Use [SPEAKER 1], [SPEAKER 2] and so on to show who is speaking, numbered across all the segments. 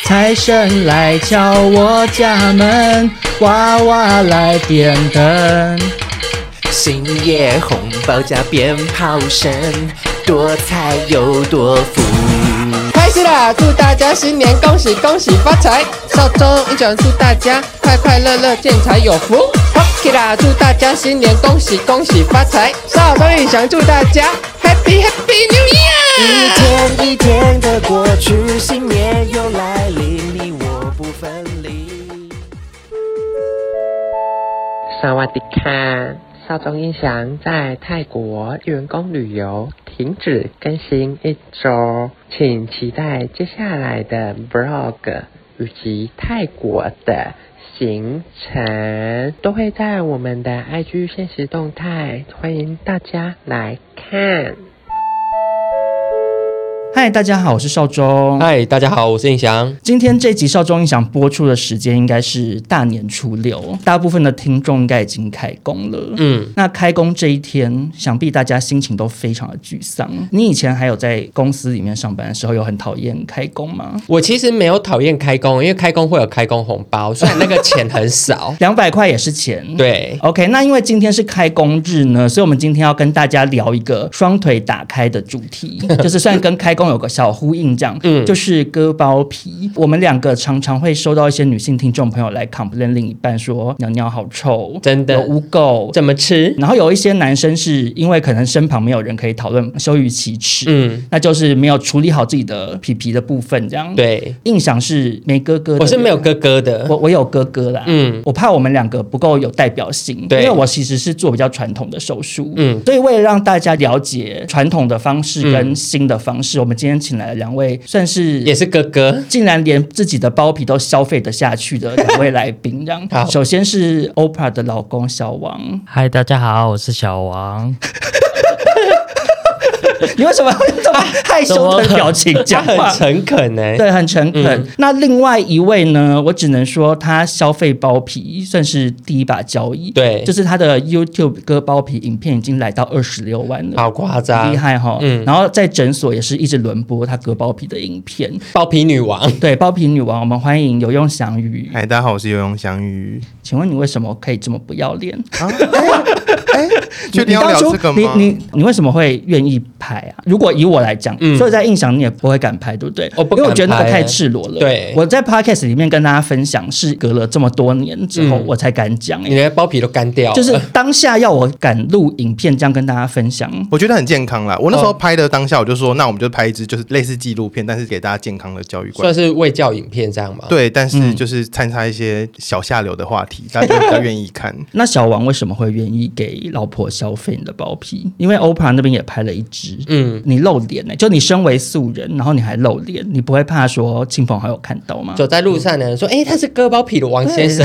[SPEAKER 1] 财神来敲我家门，娃娃来点灯。
[SPEAKER 2] 新夜红包加鞭炮声，多财又多福。
[SPEAKER 3] 开始啦！祝大家新年恭喜恭喜发财！少中一想祝大家快快乐乐，健财有福。OK 啦！祝大家新年恭喜恭喜发财！少中一想祝大家 Happy Happy New Year！
[SPEAKER 2] 一天一天的过去，新年又来临，你我不分离。
[SPEAKER 3] 萨瓦迪卡！少中印象在泰国员工旅游停止更新一周，请期待接下来的 vlog 以及泰国的行程，都会在我们的 IG 现实动态，欢迎大家来看。
[SPEAKER 1] 嗨，大家好，我是少中。
[SPEAKER 4] 嗨，大家好，我是印翔。
[SPEAKER 1] 今天这集《少中印象》播出的时间应该是大年初六，大部分的听众应该已经开工了。
[SPEAKER 4] 嗯，
[SPEAKER 1] 那开工这一天，想必大家心情都非常的沮丧。你以前还有在公司里面上班的时候，有很讨厌开工吗？。
[SPEAKER 4] 我其实没有讨厌开工，因为开工会有开工红包，虽然那个钱很少
[SPEAKER 1] 两百块也是钱。。
[SPEAKER 4] 对，
[SPEAKER 1] OK，那因为今天是开工日呢，所以我们今天要跟大家聊一个双腿打开的主 题，就是算跟开工有个小呼应这样，嗯，就是割包皮。我们两个常常会收到一些女性听众朋友来 complain 另一半说尿尿好臭，
[SPEAKER 4] 真的
[SPEAKER 1] 有污垢。
[SPEAKER 4] 怎么吃？
[SPEAKER 1] 然后有一些男生是因为可能身旁没有人可以讨论羞于启齿，
[SPEAKER 4] 嗯，
[SPEAKER 1] 那就是没有处理好自己的皮皮的部分，这样。，
[SPEAKER 4] 对，
[SPEAKER 1] 印象是没哥哥的，
[SPEAKER 4] 我是没有哥哥的。
[SPEAKER 1] 我我有哥哥啦，
[SPEAKER 4] 嗯
[SPEAKER 1] 我怕我们两个不够有代表性，
[SPEAKER 4] 对
[SPEAKER 1] 因为我其实是做比较传统的手术，
[SPEAKER 4] 嗯
[SPEAKER 1] 所以为了让大家了解传统的方式跟新的方式，我们今天请来了两位算是
[SPEAKER 4] 也是哥哥，
[SPEAKER 1] 竟然连自己的包皮都消费得下去的两位来宾，这样。
[SPEAKER 4] 好
[SPEAKER 1] 首先是 OPRA 的老公小王，
[SPEAKER 5] 嗨，大家好，我是小王。
[SPEAKER 1] 你为什么会这
[SPEAKER 4] 啊
[SPEAKER 1] 么害羞的表情
[SPEAKER 4] 他
[SPEAKER 1] 讲
[SPEAKER 4] 很
[SPEAKER 1] 话？
[SPEAKER 4] 诚恳欸 呢、
[SPEAKER 1] 对，很诚恳。
[SPEAKER 4] 哎嗯
[SPEAKER 1] 那另外一位呢，我只能说他消费包皮算是第一把交椅，
[SPEAKER 4] 对
[SPEAKER 1] 就是他的 YouTube 割包皮影片已经来到二十六万了。
[SPEAKER 4] 好夸张，
[SPEAKER 1] 厉！害哈，
[SPEAKER 4] 嗯
[SPEAKER 1] 然后在诊所也是一直轮播他割包皮的影片，
[SPEAKER 4] 包皮女王，
[SPEAKER 1] 对包皮女王，我们欢迎有用翔宇。
[SPEAKER 6] 嗨，哎大家好，我是游泳翔宇。
[SPEAKER 1] 请问你为什么可以这么不要脸？
[SPEAKER 6] 啊，哎、哎
[SPEAKER 1] 你
[SPEAKER 6] 确定
[SPEAKER 1] 你
[SPEAKER 6] 要
[SPEAKER 1] 当
[SPEAKER 6] 聊
[SPEAKER 1] 初
[SPEAKER 6] 这个
[SPEAKER 1] 你
[SPEAKER 6] 吗？
[SPEAKER 1] 你你为什么会愿意拍啊？如果以我来讲，
[SPEAKER 4] 嗯
[SPEAKER 1] 所以在印象你也不会敢拍，对不对？
[SPEAKER 4] 我不
[SPEAKER 1] 因为我
[SPEAKER 4] 敢
[SPEAKER 1] 觉得那个
[SPEAKER 4] 拍
[SPEAKER 1] 太
[SPEAKER 4] 欸
[SPEAKER 1] 赤裸了。
[SPEAKER 4] 对
[SPEAKER 1] 我在 podcast 里面跟大家分享，是隔了这么多年之后，
[SPEAKER 4] 嗯
[SPEAKER 1] 我才敢讲、
[SPEAKER 4] 你
[SPEAKER 1] 欸。
[SPEAKER 4] 连包皮都干掉了，
[SPEAKER 1] 就是当下要我敢录影片，这样跟大家分享。
[SPEAKER 6] 我觉得很健康啦。我那时候
[SPEAKER 4] 哦
[SPEAKER 6] 拍的当下，我就说，那我们就拍一支就是类似纪录片，但是给大家健康的教育观。
[SPEAKER 4] 算是卫教影片这样吗？，
[SPEAKER 6] 对，但是
[SPEAKER 1] 嗯
[SPEAKER 6] 就是掺插一些小下流的话题，大家就比较愿意看。
[SPEAKER 1] 那小王为什么会愿意给老婆消费你的包皮？因为 OPRA 那边也拍了一支，
[SPEAKER 4] 嗯，
[SPEAKER 1] 你露脸呢、欸就你身为素人，然后你还露脸，你不会怕说亲朋好友看到吗？
[SPEAKER 4] 走在路上的人说：“哎、他是割包皮的王先生。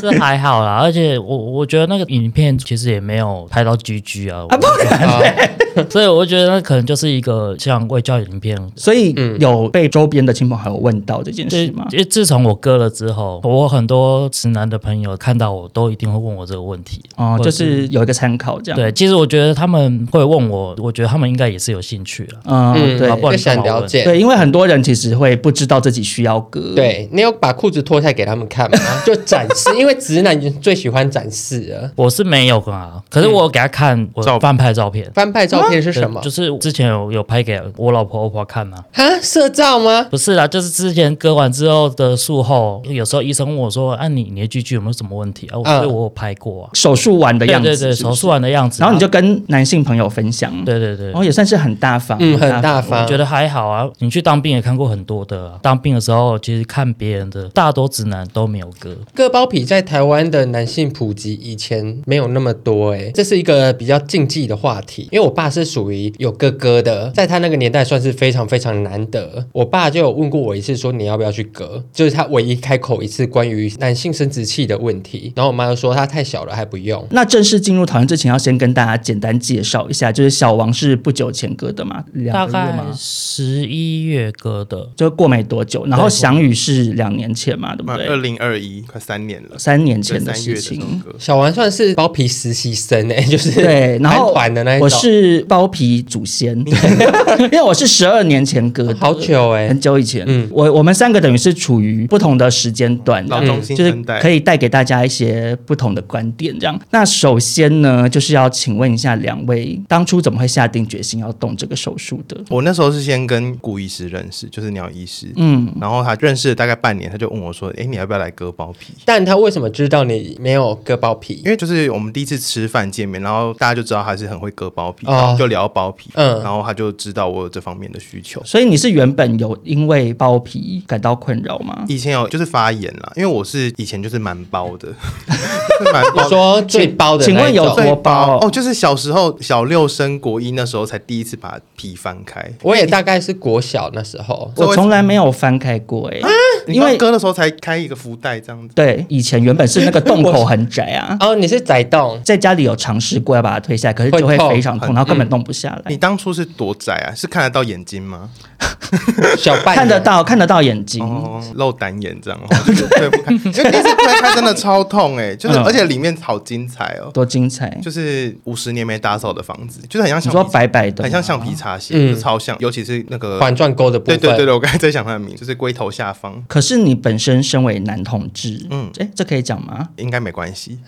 [SPEAKER 5] 这还好啦，而且我我觉得那个影片其实也没有拍到 GG 啊，
[SPEAKER 1] 啊，不然
[SPEAKER 4] 好
[SPEAKER 5] 所以我觉得那可能就是一个像卫教影片。
[SPEAKER 1] 所以有被周边的亲朋好友问到这件事
[SPEAKER 5] 对
[SPEAKER 1] 吗，？
[SPEAKER 5] 因为自从我割了之后，我很多直男的朋友看到我都一定会问我这个问题。
[SPEAKER 1] 哦，
[SPEAKER 5] 或
[SPEAKER 1] 就
[SPEAKER 5] 者
[SPEAKER 1] 是有一个参考这样。，
[SPEAKER 5] 对，其实我觉得他们会问我，我觉得他们应该也是有兴趣了。
[SPEAKER 1] 嗯，
[SPEAKER 4] 嗯，
[SPEAKER 1] 对
[SPEAKER 5] 好不好
[SPEAKER 4] 就想了解。
[SPEAKER 1] 对，因为很多人其实会不知道自己需要割。，
[SPEAKER 4] 对，你有把裤子脱下来给他们看吗？就展示，因为直男最喜欢展示了。
[SPEAKER 5] 我是没有啊，
[SPEAKER 4] 嗯
[SPEAKER 5] 可是我给他看我
[SPEAKER 6] 照
[SPEAKER 5] 翻拍照片。
[SPEAKER 4] 翻拍照片是什么
[SPEAKER 5] 对？就是之前有有拍给我老婆欧婆看啊，
[SPEAKER 4] 啊，色照吗？
[SPEAKER 5] 不是啦，就是之前割完之后的术后，有时候医生问我说：“啊，你你的 GG 有没有什么问题啊？”我
[SPEAKER 4] 嗯
[SPEAKER 5] 所以我有拍过啊，
[SPEAKER 1] 手术完的
[SPEAKER 5] 对
[SPEAKER 1] 样子
[SPEAKER 5] 对对，
[SPEAKER 1] 是不
[SPEAKER 5] 手
[SPEAKER 1] 是
[SPEAKER 5] 术完的样子啊。
[SPEAKER 1] 然后你就跟男性朋友分享，，
[SPEAKER 5] 对对对，
[SPEAKER 1] 哦，也算是很大方，
[SPEAKER 4] 嗯，很大。方
[SPEAKER 5] 我觉。得还好啊。你去当兵也看过很多的啊、当兵的时候其实看别人的，大多直男都没有割。
[SPEAKER 4] 割包皮在台湾的男性普及以前没有那么多、欸，这是一个比较禁忌的话题。因为我爸是属于有哥哥的，在他那个年代算是非常非常难得。我爸就有问过我一次，说你要不要去割，就是他唯一开口一次关于男性生殖器的问题。然后我妈就说他太小了，还不用。
[SPEAKER 1] 那正式进入讨论之前，要先跟大家简单介绍一下，就是小王是是不久前割的嘛，两个
[SPEAKER 5] 大
[SPEAKER 1] 月
[SPEAKER 5] 概
[SPEAKER 1] 吗？
[SPEAKER 5] 十一月割的，
[SPEAKER 1] 就过没多久，然后翔宇是两年前嘛，对不
[SPEAKER 6] 二
[SPEAKER 1] 对？
[SPEAKER 6] 零二一快三年了，
[SPEAKER 1] 三年
[SPEAKER 6] 对
[SPEAKER 1] 前的
[SPEAKER 6] 三
[SPEAKER 1] 事
[SPEAKER 6] 月的时候
[SPEAKER 1] 情。
[SPEAKER 6] 歌
[SPEAKER 4] 小丸算是包皮实习生哎、 就是
[SPEAKER 1] 对，然后
[SPEAKER 4] 韩团的那一种，
[SPEAKER 1] 我是包皮祖先， 因为我是十二年前割的，
[SPEAKER 4] 好久哎、
[SPEAKER 1] 很久以前。
[SPEAKER 4] 嗯
[SPEAKER 1] 我我们三个等于是处于不同的时间段，嗯
[SPEAKER 6] 老中青
[SPEAKER 1] 就是
[SPEAKER 6] 分代
[SPEAKER 1] 可以带给大家一些不同的观点。这样，那首先呢，就是要请问一下两位，当初怎么会下定决心要动这个手术的？
[SPEAKER 6] 我那时候是先跟顾医师认识，就是鸟医师，
[SPEAKER 1] 嗯，
[SPEAKER 6] 然后他认识了大概半年，他就问我说：“哎，你要不要来割包皮？”
[SPEAKER 4] 但他为什么知道你没有割包皮？
[SPEAKER 6] 因为就是我们第一次吃饭见面，然后大家就知道他是很会割包皮，
[SPEAKER 4] 哦
[SPEAKER 6] 然后就聊包皮，
[SPEAKER 4] 嗯
[SPEAKER 6] 然后他就知道我有这方面的需求。
[SPEAKER 1] 所以你是原本有因为包皮感到困扰吗？
[SPEAKER 6] 以前有就是发炎啦，因为我是以前就是蛮包的， 就是蛮
[SPEAKER 4] 你
[SPEAKER 6] 包的。
[SPEAKER 4] 说最包的
[SPEAKER 1] 请
[SPEAKER 4] 那
[SPEAKER 1] 问
[SPEAKER 4] 一
[SPEAKER 1] 有
[SPEAKER 4] 种
[SPEAKER 1] 多包
[SPEAKER 6] 哦，就是小时候小六升国一那时候才第一次把皮翻开，
[SPEAKER 4] 我也大概是国小那时候，，
[SPEAKER 1] 我从来没有翻开过哎、
[SPEAKER 6] 你
[SPEAKER 1] 因为
[SPEAKER 6] 刚割的时候才开一个福袋这样子。
[SPEAKER 1] 对，以前原本是那个洞口很窄啊
[SPEAKER 4] 哦，你是仔洞，
[SPEAKER 1] 在家里有尝试过要把它推下来，可是就会
[SPEAKER 4] 会痛
[SPEAKER 1] 非常痛，
[SPEAKER 6] 很
[SPEAKER 1] 然后根本动不下来
[SPEAKER 6] 你。当初是多窄啊？是看得到眼睛吗？
[SPEAKER 4] 小半
[SPEAKER 1] 看得
[SPEAKER 4] 年，
[SPEAKER 1] 到，看得到眼睛，
[SPEAKER 6] 哦，露胆眼这样，然后就对不开，因为第一次推开真的超痛哎、就是
[SPEAKER 1] 嗯
[SPEAKER 6] 而且里面好精彩哦，
[SPEAKER 1] 多精彩！
[SPEAKER 6] 就是五十年没打扫的房子，就是很像
[SPEAKER 1] 你
[SPEAKER 6] 橡皮
[SPEAKER 1] 说白白的吗，
[SPEAKER 6] 很像橡皮擦屑，
[SPEAKER 4] 嗯
[SPEAKER 6] 就超像，尤其是那个
[SPEAKER 4] 环状沟的部
[SPEAKER 6] 对
[SPEAKER 4] 分，
[SPEAKER 6] 对对对，我刚才在想它的名，就是龟头下方，
[SPEAKER 1] 可是你本身身为男同志，嗯
[SPEAKER 6] 嗯，？
[SPEAKER 1] 哎，这可以讲吗
[SPEAKER 6] 应该没 关系。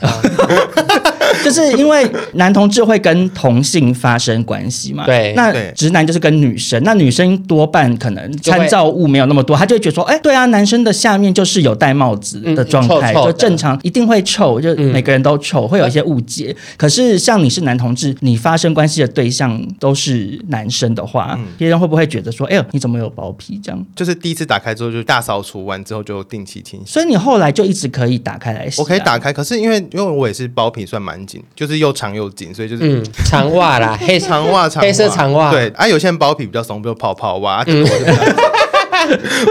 [SPEAKER 1] 就是因为男同志会跟同性发生关系嘛，
[SPEAKER 4] 对
[SPEAKER 1] 那
[SPEAKER 6] 对
[SPEAKER 1] 直男就是跟女生，那女生多半可能
[SPEAKER 4] 就会
[SPEAKER 1] 参照物没有那么多，他就会觉得说，哎，对啊，男生的下面就是有戴帽子的状态，
[SPEAKER 4] 嗯臭臭的嗯
[SPEAKER 1] 就正常，一定会臭，就每个人都臭，会有一些误解。可是像你是男同志，你发生关系的对象都是男生的话，
[SPEAKER 6] 嗯
[SPEAKER 1] 别人会不会觉得说，哎呦，你怎么有包皮这样？
[SPEAKER 6] 就是第一次打开之后，就大扫除完之后就定期
[SPEAKER 4] 啊
[SPEAKER 6] 清洗。
[SPEAKER 1] 所以你后来就一直可以打开来洗、啊
[SPEAKER 6] 我可以打。开，可是因为因为我也是包皮算蛮紧，就是又长又紧，所以就是
[SPEAKER 4] 嗯，长 袜啦，黑长
[SPEAKER 6] 长袜长
[SPEAKER 4] 黑色长袜嗯
[SPEAKER 6] 对，啊，有些人包皮比较松，比如泡泡袜。啊这个我就不 太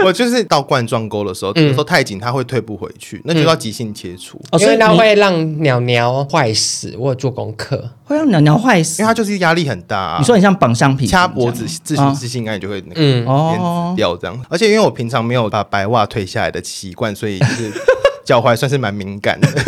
[SPEAKER 6] 我就是到冠状沟的时候，
[SPEAKER 4] 嗯
[SPEAKER 6] 有时候太紧，它会退不回去，那就要急性切除，
[SPEAKER 1] 哦，
[SPEAKER 4] 因
[SPEAKER 1] 所以
[SPEAKER 4] 为它
[SPEAKER 1] 你
[SPEAKER 4] 会让鸟鸟坏死。我有做功课，
[SPEAKER 1] 会让鸟鸟坏死。
[SPEAKER 6] 因为它就是压力很大啊。
[SPEAKER 1] 你说你像绑橡皮筋这
[SPEAKER 6] 掐
[SPEAKER 1] 样，
[SPEAKER 6] 脖子自行自性感也就会那个
[SPEAKER 4] 嗯
[SPEAKER 1] 哦
[SPEAKER 6] 哦掉这样。而且因为我平常没有把白袜退下来的习惯，所以就是 脚踝算是蛮敏感的。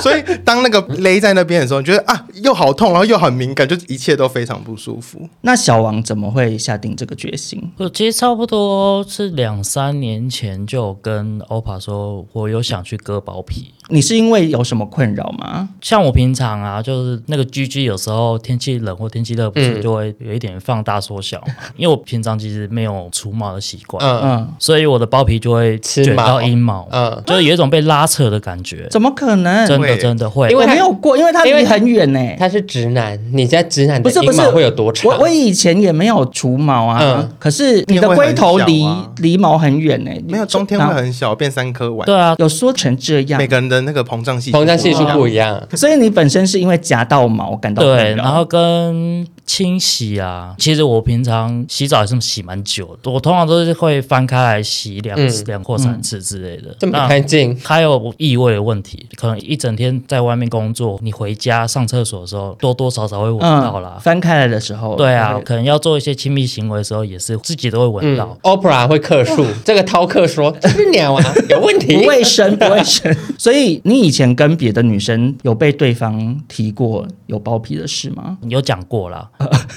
[SPEAKER 6] 所以当那个勒在那边的时候，你觉得啊又好痛，然后又很敏感，就一切都非常不舒服。
[SPEAKER 1] 那小王怎么会下定这个决心？
[SPEAKER 5] 我其实差不多是两三年前就有跟欧帕说，我有想去割包皮。
[SPEAKER 1] 你是因为有什么困扰吗？
[SPEAKER 5] 像我平常啊，就是那个居居，有时候天气冷或天气热，不是
[SPEAKER 4] 嗯
[SPEAKER 5] 就会有一点放大缩小嘛？因为我平常其实没有除毛的习惯，
[SPEAKER 4] 嗯
[SPEAKER 1] 嗯，
[SPEAKER 5] 所以我的包皮就会
[SPEAKER 4] 吃
[SPEAKER 5] 卷到
[SPEAKER 4] 毛
[SPEAKER 5] 阴毛，
[SPEAKER 4] 嗯，
[SPEAKER 5] 就是有一种被拉扯的感觉。
[SPEAKER 1] 怎么可能？
[SPEAKER 5] 真的
[SPEAKER 6] 会
[SPEAKER 5] 真的会，
[SPEAKER 4] 因
[SPEAKER 1] 我
[SPEAKER 4] 为
[SPEAKER 1] 没有过，因为他
[SPEAKER 4] 因
[SPEAKER 1] 离
[SPEAKER 4] 为他
[SPEAKER 1] 很远呢、
[SPEAKER 4] 他是直男，你在直男
[SPEAKER 1] 不
[SPEAKER 4] 的
[SPEAKER 1] 是不
[SPEAKER 4] 阴
[SPEAKER 1] 是
[SPEAKER 4] 毛会有多长？
[SPEAKER 1] 我我以前也没有除毛啊，
[SPEAKER 4] 嗯
[SPEAKER 1] 可是你的龟头离
[SPEAKER 6] 天会很小啊
[SPEAKER 1] 离毛很远呢、
[SPEAKER 6] 没有冬天会很小，变三颗丸。
[SPEAKER 5] 对啊，
[SPEAKER 1] 有缩成这样
[SPEAKER 6] 每。个人的那个膨胀系
[SPEAKER 4] 膨胀系数
[SPEAKER 6] 不一样
[SPEAKER 4] 不一样，
[SPEAKER 1] 所以你本身是因为夹到毛感到
[SPEAKER 5] 对，
[SPEAKER 1] 困扰，
[SPEAKER 5] 然后跟清洗啊，其实我平常洗澡也是洗蛮久的，我通常都是会翻开来洗两次、
[SPEAKER 4] 嗯
[SPEAKER 5] 两或三次之类的。
[SPEAKER 4] 这么
[SPEAKER 5] 那
[SPEAKER 4] 干
[SPEAKER 1] 啊
[SPEAKER 4] 净，
[SPEAKER 5] 还有异味的问题，可能一整天在外面工作，你回家上厕所的时候，多多少少会闻到啦。
[SPEAKER 1] 嗯翻开来的时
[SPEAKER 4] 嗯
[SPEAKER 1] 候，
[SPEAKER 5] 对啊，
[SPEAKER 1] 会
[SPEAKER 5] 可能要做一些亲密行为的时候，也是自己都会闻到。
[SPEAKER 4] 嗯，Opera 会克数，这个饕客说这是 鸟啊，有问题
[SPEAKER 1] 不，卫 生，不卫生。所以你以前跟别的女生有被对方提过有包皮的事吗？
[SPEAKER 5] 有讲过啦，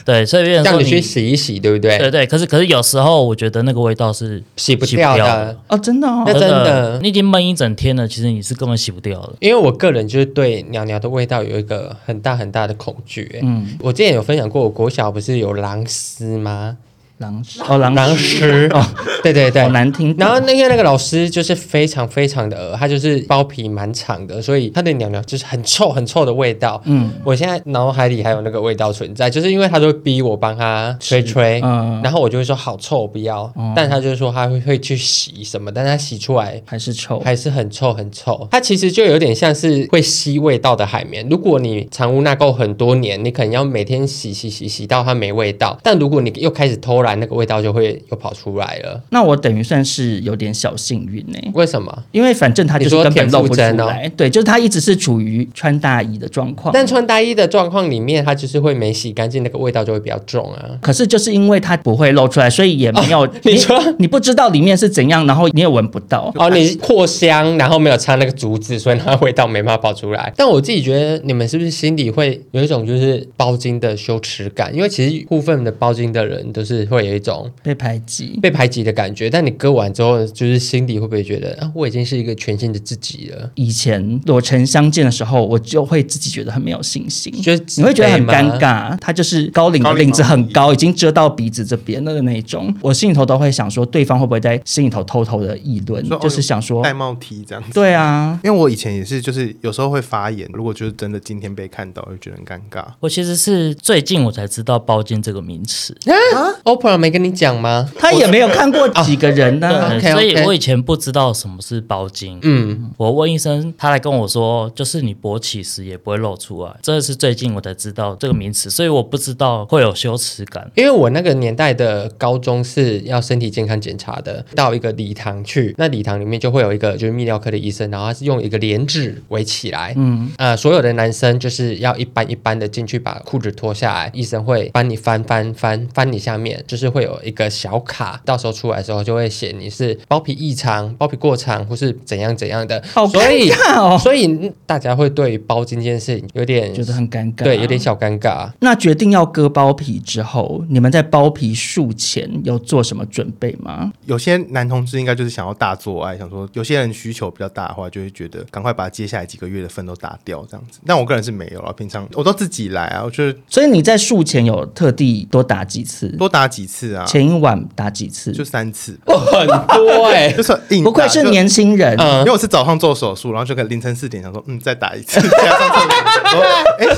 [SPEAKER 5] 对，所以变成
[SPEAKER 4] 嗯让
[SPEAKER 5] 说
[SPEAKER 4] 你去洗一洗，对不对？
[SPEAKER 5] 对
[SPEAKER 1] 呃
[SPEAKER 5] 对，可是可是有时候我觉得那个味道是
[SPEAKER 4] 洗不掉的。
[SPEAKER 1] 哦，真的哦
[SPEAKER 4] 那。真的
[SPEAKER 5] 你已经闷一整天了，其实你是根本洗不掉的。
[SPEAKER 4] 因为我个人就是对鸟鸟的味道有一个很大很大的恐惧、欸。
[SPEAKER 1] 嗯，
[SPEAKER 4] 我之前有分享过，我国小不是有狼丝吗？
[SPEAKER 1] 狼屎哦，狼
[SPEAKER 4] 狼
[SPEAKER 1] 屎
[SPEAKER 4] 师，哦，对对对，
[SPEAKER 1] 好难听。
[SPEAKER 4] 然后那天那个老师就是非常非常的呃恶，他就是包皮蛮长的，所以他的鸟鸟就是很臭很臭的味道。
[SPEAKER 1] 嗯
[SPEAKER 4] 嗯，我现在脑海里还有那个味道存在，就是因为他都会逼我帮他吹吹，
[SPEAKER 1] 嗯哦
[SPEAKER 4] 然后我就会说好臭，我不要。但他就说他会会去洗什么，但他洗出来
[SPEAKER 1] 还是臭，
[SPEAKER 4] 还是很臭很臭。它其实就有点像是会吸味道的海绵。如果你藏污纳垢很多年，你可能要每天洗洗洗洗到它没味道。但如果你又开始偷懒来那个味道就会又跑出来了。
[SPEAKER 1] 那我等于算是有点小幸运呢、
[SPEAKER 4] 为什么？
[SPEAKER 1] 因为反正他就
[SPEAKER 4] 你
[SPEAKER 1] 是
[SPEAKER 4] 说
[SPEAKER 1] 根本露不出
[SPEAKER 4] 田馥甄
[SPEAKER 1] 来，对，就是他一直是处于穿大衣的状况。
[SPEAKER 4] 但穿大衣的状况里面，它就是会没洗干净，那个味道就会比较重啊。
[SPEAKER 1] 可是就是因为他不会露出来，所以也没有、
[SPEAKER 4] 哦你说
[SPEAKER 1] 你不知道里面是怎样，然后你也闻不到。
[SPEAKER 4] 哦，你扩香，然后没有插那个竹子，所以它味道没办法跑出来。但我自己觉得，你们是不是心里会有一种就是包茎的羞耻感？因为其实部分的包茎的人都是会有一种
[SPEAKER 1] 被排挤，
[SPEAKER 4] 被排挤的感觉。但你割完之后，就是心里会不会觉得啊，我已经是一个全新的自己了？
[SPEAKER 1] 以前裸呈相见的时候，我就会自己觉得很没有信心，
[SPEAKER 4] 就是
[SPEAKER 1] 你会觉得很
[SPEAKER 4] 自卑吗
[SPEAKER 1] 尴尬。他就是高领的
[SPEAKER 6] 高领
[SPEAKER 1] 领子
[SPEAKER 6] 毛
[SPEAKER 1] 很
[SPEAKER 6] 衣
[SPEAKER 1] 高，已经遮到鼻子这边了的那一种，我心里头都会想说，对方会不会在心里头偷偷的议论，
[SPEAKER 6] 说哦
[SPEAKER 1] 就是想说，
[SPEAKER 6] 戴帽 T 这样子。
[SPEAKER 1] 对啊，
[SPEAKER 6] 因为我以前也是，就是有时候会发言，如果就是真的今天被看到，就觉得很尴尬。
[SPEAKER 5] 我其实是最近我才知道包茎这个名词，
[SPEAKER 4] 啊，OPRA 没跟你讲吗？
[SPEAKER 1] 他也没有看过几个人呢、
[SPEAKER 4] 啊 OK，OK
[SPEAKER 5] 呃所以我以前不知道什么是包茎。
[SPEAKER 4] 嗯，
[SPEAKER 5] 我问医生，他来跟我说，就是你勃起时也不会露出来，这是最近我才知道这个名词，所以我不知道会有羞耻感。
[SPEAKER 4] 因为我那个年代的高中是要身体健康检查的，到一个礼堂去，那礼堂里面就会有一个就是泌尿科的医生，然后他是用一个帘子围起来，嗯，呃，所有的男生就是要一班一班的进去把裤子脱下来，医生会帮你翻翻翻翻你下面，就是会有一个小卡，到时候出来的时候就会写你是包皮异常、包皮过长或是怎样怎样的，
[SPEAKER 1] 好
[SPEAKER 4] 所以
[SPEAKER 1] 尴尬哦
[SPEAKER 4] 所以大家会对于包茎这件事情有点
[SPEAKER 1] 觉得很尴尬，
[SPEAKER 4] 对有点。小尴尬。
[SPEAKER 1] 那决定要割包皮之后，你们在包皮术前有做什么准备吗？
[SPEAKER 6] 有些男同志应该就是想要大做爱，想说有些人需求比较大的话，就会觉得赶快把接下来几个月的份都打掉这样子。但我个人是没有啊，平常我都自己来啊，我就是
[SPEAKER 1] 所以你在术前有特地多打几次，
[SPEAKER 6] 多打几次啊，
[SPEAKER 1] 前一晚打几次，
[SPEAKER 6] 就三次吧，
[SPEAKER 4] 哦很多哎、
[SPEAKER 6] 就是硬
[SPEAKER 1] 不
[SPEAKER 6] 打
[SPEAKER 1] 愧是
[SPEAKER 6] 就
[SPEAKER 1] 年轻人。
[SPEAKER 4] 嗯
[SPEAKER 6] 因为我是早上做手术，然后就可能凌晨四点想说，嗯，再打一次，加上厕所说，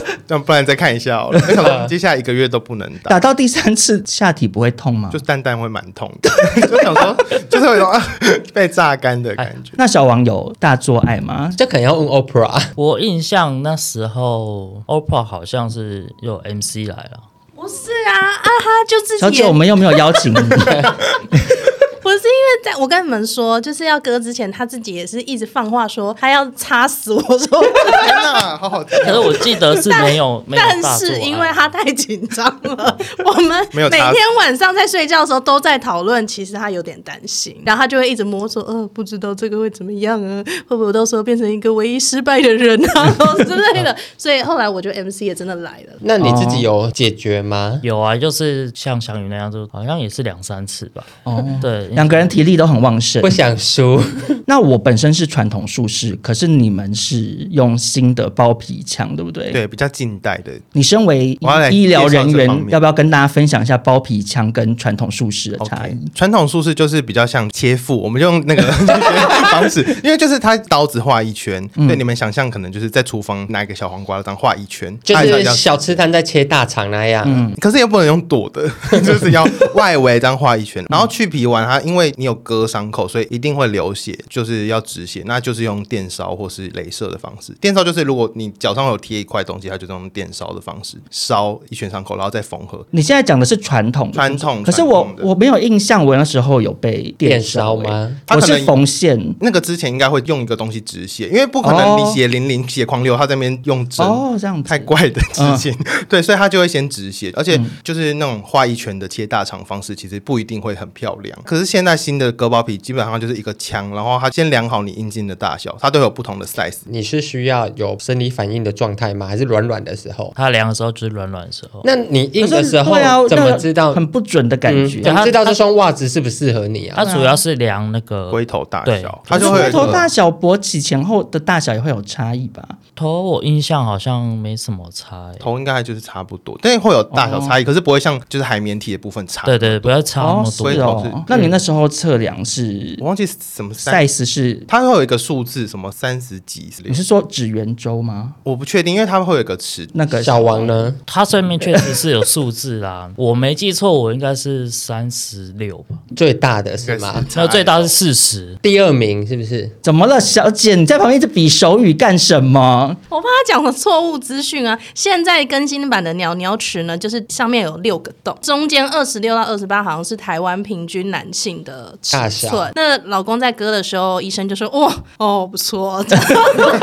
[SPEAKER 6] 哎，那不然再看一下好了。哎想说接下来一个月都不能打
[SPEAKER 1] 打，到第三次下体不会痛吗
[SPEAKER 6] 就？蛋蛋会蛮 痛的，就想说就是有一种啊被榨干的感 觉。
[SPEAKER 1] 那小王有大做爱吗？
[SPEAKER 4] 这可能要问啊 OPRA，
[SPEAKER 5] 我印象那时候 OPRA 好像是有 MC 来了，
[SPEAKER 7] 不是啊，啊哈，就自己
[SPEAKER 1] 小姐，
[SPEAKER 7] 也
[SPEAKER 1] 我们又没有邀请 你，
[SPEAKER 7] 不是因为在我跟你们说，就是要割之前，他自己也是一直放话说他要插死我说，
[SPEAKER 6] 天哪，好好听
[SPEAKER 5] 可是我记得是没有没有
[SPEAKER 7] 但
[SPEAKER 5] 大作
[SPEAKER 7] 是
[SPEAKER 5] 啊
[SPEAKER 7] 因为他太紧张 了，我们
[SPEAKER 6] 没有
[SPEAKER 7] 每
[SPEAKER 6] 插
[SPEAKER 7] 天晚上在睡觉的时候都在讨论，其实他有点担心，然后他就会一直摸索，呃，不知道这个会怎么样啊，会不会我到时候变成一个唯一失败的人啊 之类的，所以后来我觉得 MC 也真的来
[SPEAKER 1] 哦
[SPEAKER 7] 了。
[SPEAKER 4] 那你自己有解决吗？
[SPEAKER 5] 有啊，就是像翔宇那样，就好像也是两三次吧。
[SPEAKER 1] 哦
[SPEAKER 5] 哦，对，
[SPEAKER 1] 两个人体力都很旺盛
[SPEAKER 4] 不。想 输，
[SPEAKER 1] 那我本身是传统术士，可是你们是用新的包皮枪，对不对？。
[SPEAKER 6] 对，比较近代的
[SPEAKER 1] 你身为医
[SPEAKER 6] 我要来
[SPEAKER 1] 医疗人
[SPEAKER 6] 介绍这
[SPEAKER 1] 员
[SPEAKER 6] 方，面
[SPEAKER 1] 要不要跟大家分享一下包皮枪跟传统术士的差异
[SPEAKER 6] OK，传统术式就是比较像切腹，我们就用那个 方式，因为就是它刀子画一圈，
[SPEAKER 4] 嗯
[SPEAKER 6] 对你们想象可能就是在厨房拿一个小黄瓜这样画一圈，
[SPEAKER 4] 就
[SPEAKER 6] 它也
[SPEAKER 4] 是
[SPEAKER 6] 要
[SPEAKER 4] 小吃摊在切大肠那样。
[SPEAKER 1] 嗯
[SPEAKER 6] 可是也不能用躲的， 就是要外围这样画一
[SPEAKER 4] 嗯
[SPEAKER 6] 圈，然后去皮完它，因为你有割伤口，所以一定会流血，就是要止血，那就是用电烧或是镭射的方式。电烧就是如果你脚上有贴一块东西，它就是用电烧的方式烧一圈伤口，然后再缝合。
[SPEAKER 1] 你现在讲的是传统的，
[SPEAKER 6] 传统
[SPEAKER 1] 可是
[SPEAKER 6] 传
[SPEAKER 1] 我
[SPEAKER 6] 统的
[SPEAKER 1] 我没有印象，我那时候有被
[SPEAKER 4] 电
[SPEAKER 1] 烧
[SPEAKER 4] 烧吗？
[SPEAKER 1] 欸
[SPEAKER 6] 他
[SPEAKER 1] 我
[SPEAKER 6] 可能
[SPEAKER 1] 是缝线。
[SPEAKER 6] 那个之前应该会用一个东西止血，因为不可能你血淋淋、血狂流，他在那边用针，
[SPEAKER 1] 哦，嗯这样子
[SPEAKER 6] 太怪的事情。 对，所以他就会先止
[SPEAKER 1] 嗯
[SPEAKER 6] 血，而且就是那种画一圈的切大肠方式，其实不一定会很漂亮。可是现在新的割包皮基本上就是一个枪，然后他先量好你阴茎的大小，它都有不同的 size。
[SPEAKER 4] 你是需要有生理反应的状态吗？还是软软的时候？
[SPEAKER 5] 他量的时候就是软软的时候。
[SPEAKER 4] 那你硬的时候
[SPEAKER 1] 可是对啊
[SPEAKER 4] 怎
[SPEAKER 1] 那
[SPEAKER 4] 么知道？
[SPEAKER 1] 很不准的感觉啊
[SPEAKER 4] 嗯？怎么知道这双袜子适不适合你啊
[SPEAKER 5] 它？主要是量那个
[SPEAKER 6] 龟头大
[SPEAKER 5] 对
[SPEAKER 6] 小，它
[SPEAKER 1] 可是
[SPEAKER 6] 就会有
[SPEAKER 1] 龟
[SPEAKER 6] 一
[SPEAKER 1] 头大
[SPEAKER 6] 个
[SPEAKER 1] 小、勃起前后的大小也会有差异吧？
[SPEAKER 5] 头，我印象好像没什么差、欸。
[SPEAKER 6] 头应该就是差不多，但会有大小差异，可是不会像就是海绵体的部分差。
[SPEAKER 5] 对对，不要差那么
[SPEAKER 1] 是
[SPEAKER 5] 多。
[SPEAKER 6] 哦龟头是
[SPEAKER 1] 哦哦。那你那时候测测量是
[SPEAKER 6] 我忘记什么赛，
[SPEAKER 1] size 是，
[SPEAKER 6] 它会有一个数字，什么三十几之
[SPEAKER 1] 你
[SPEAKER 6] 类的，
[SPEAKER 1] 是说指圆周吗？
[SPEAKER 6] 我不确定，因为它会有一个尺。
[SPEAKER 1] 那个
[SPEAKER 4] 小王呢？
[SPEAKER 5] 它上面确实是有数字啦， 我没记错，我应该是三十六吧，
[SPEAKER 4] 最大的
[SPEAKER 6] 应该
[SPEAKER 4] 是
[SPEAKER 6] 是
[SPEAKER 4] 吗？
[SPEAKER 5] 那最大是四十。
[SPEAKER 4] 第二名是不是？
[SPEAKER 1] 怎么了，小姐？你在旁边一直比手语干什么？
[SPEAKER 7] 我怕他讲了错误资讯啊！现在更新版的鸟鸟池呢，就是上面有六个洞，中间二十六到二十八好像是台湾平均男性的尺
[SPEAKER 4] 大
[SPEAKER 7] 寸
[SPEAKER 4] 小。
[SPEAKER 7] 那老公在割的时候，医生就说：“哇，哦，不错。这样”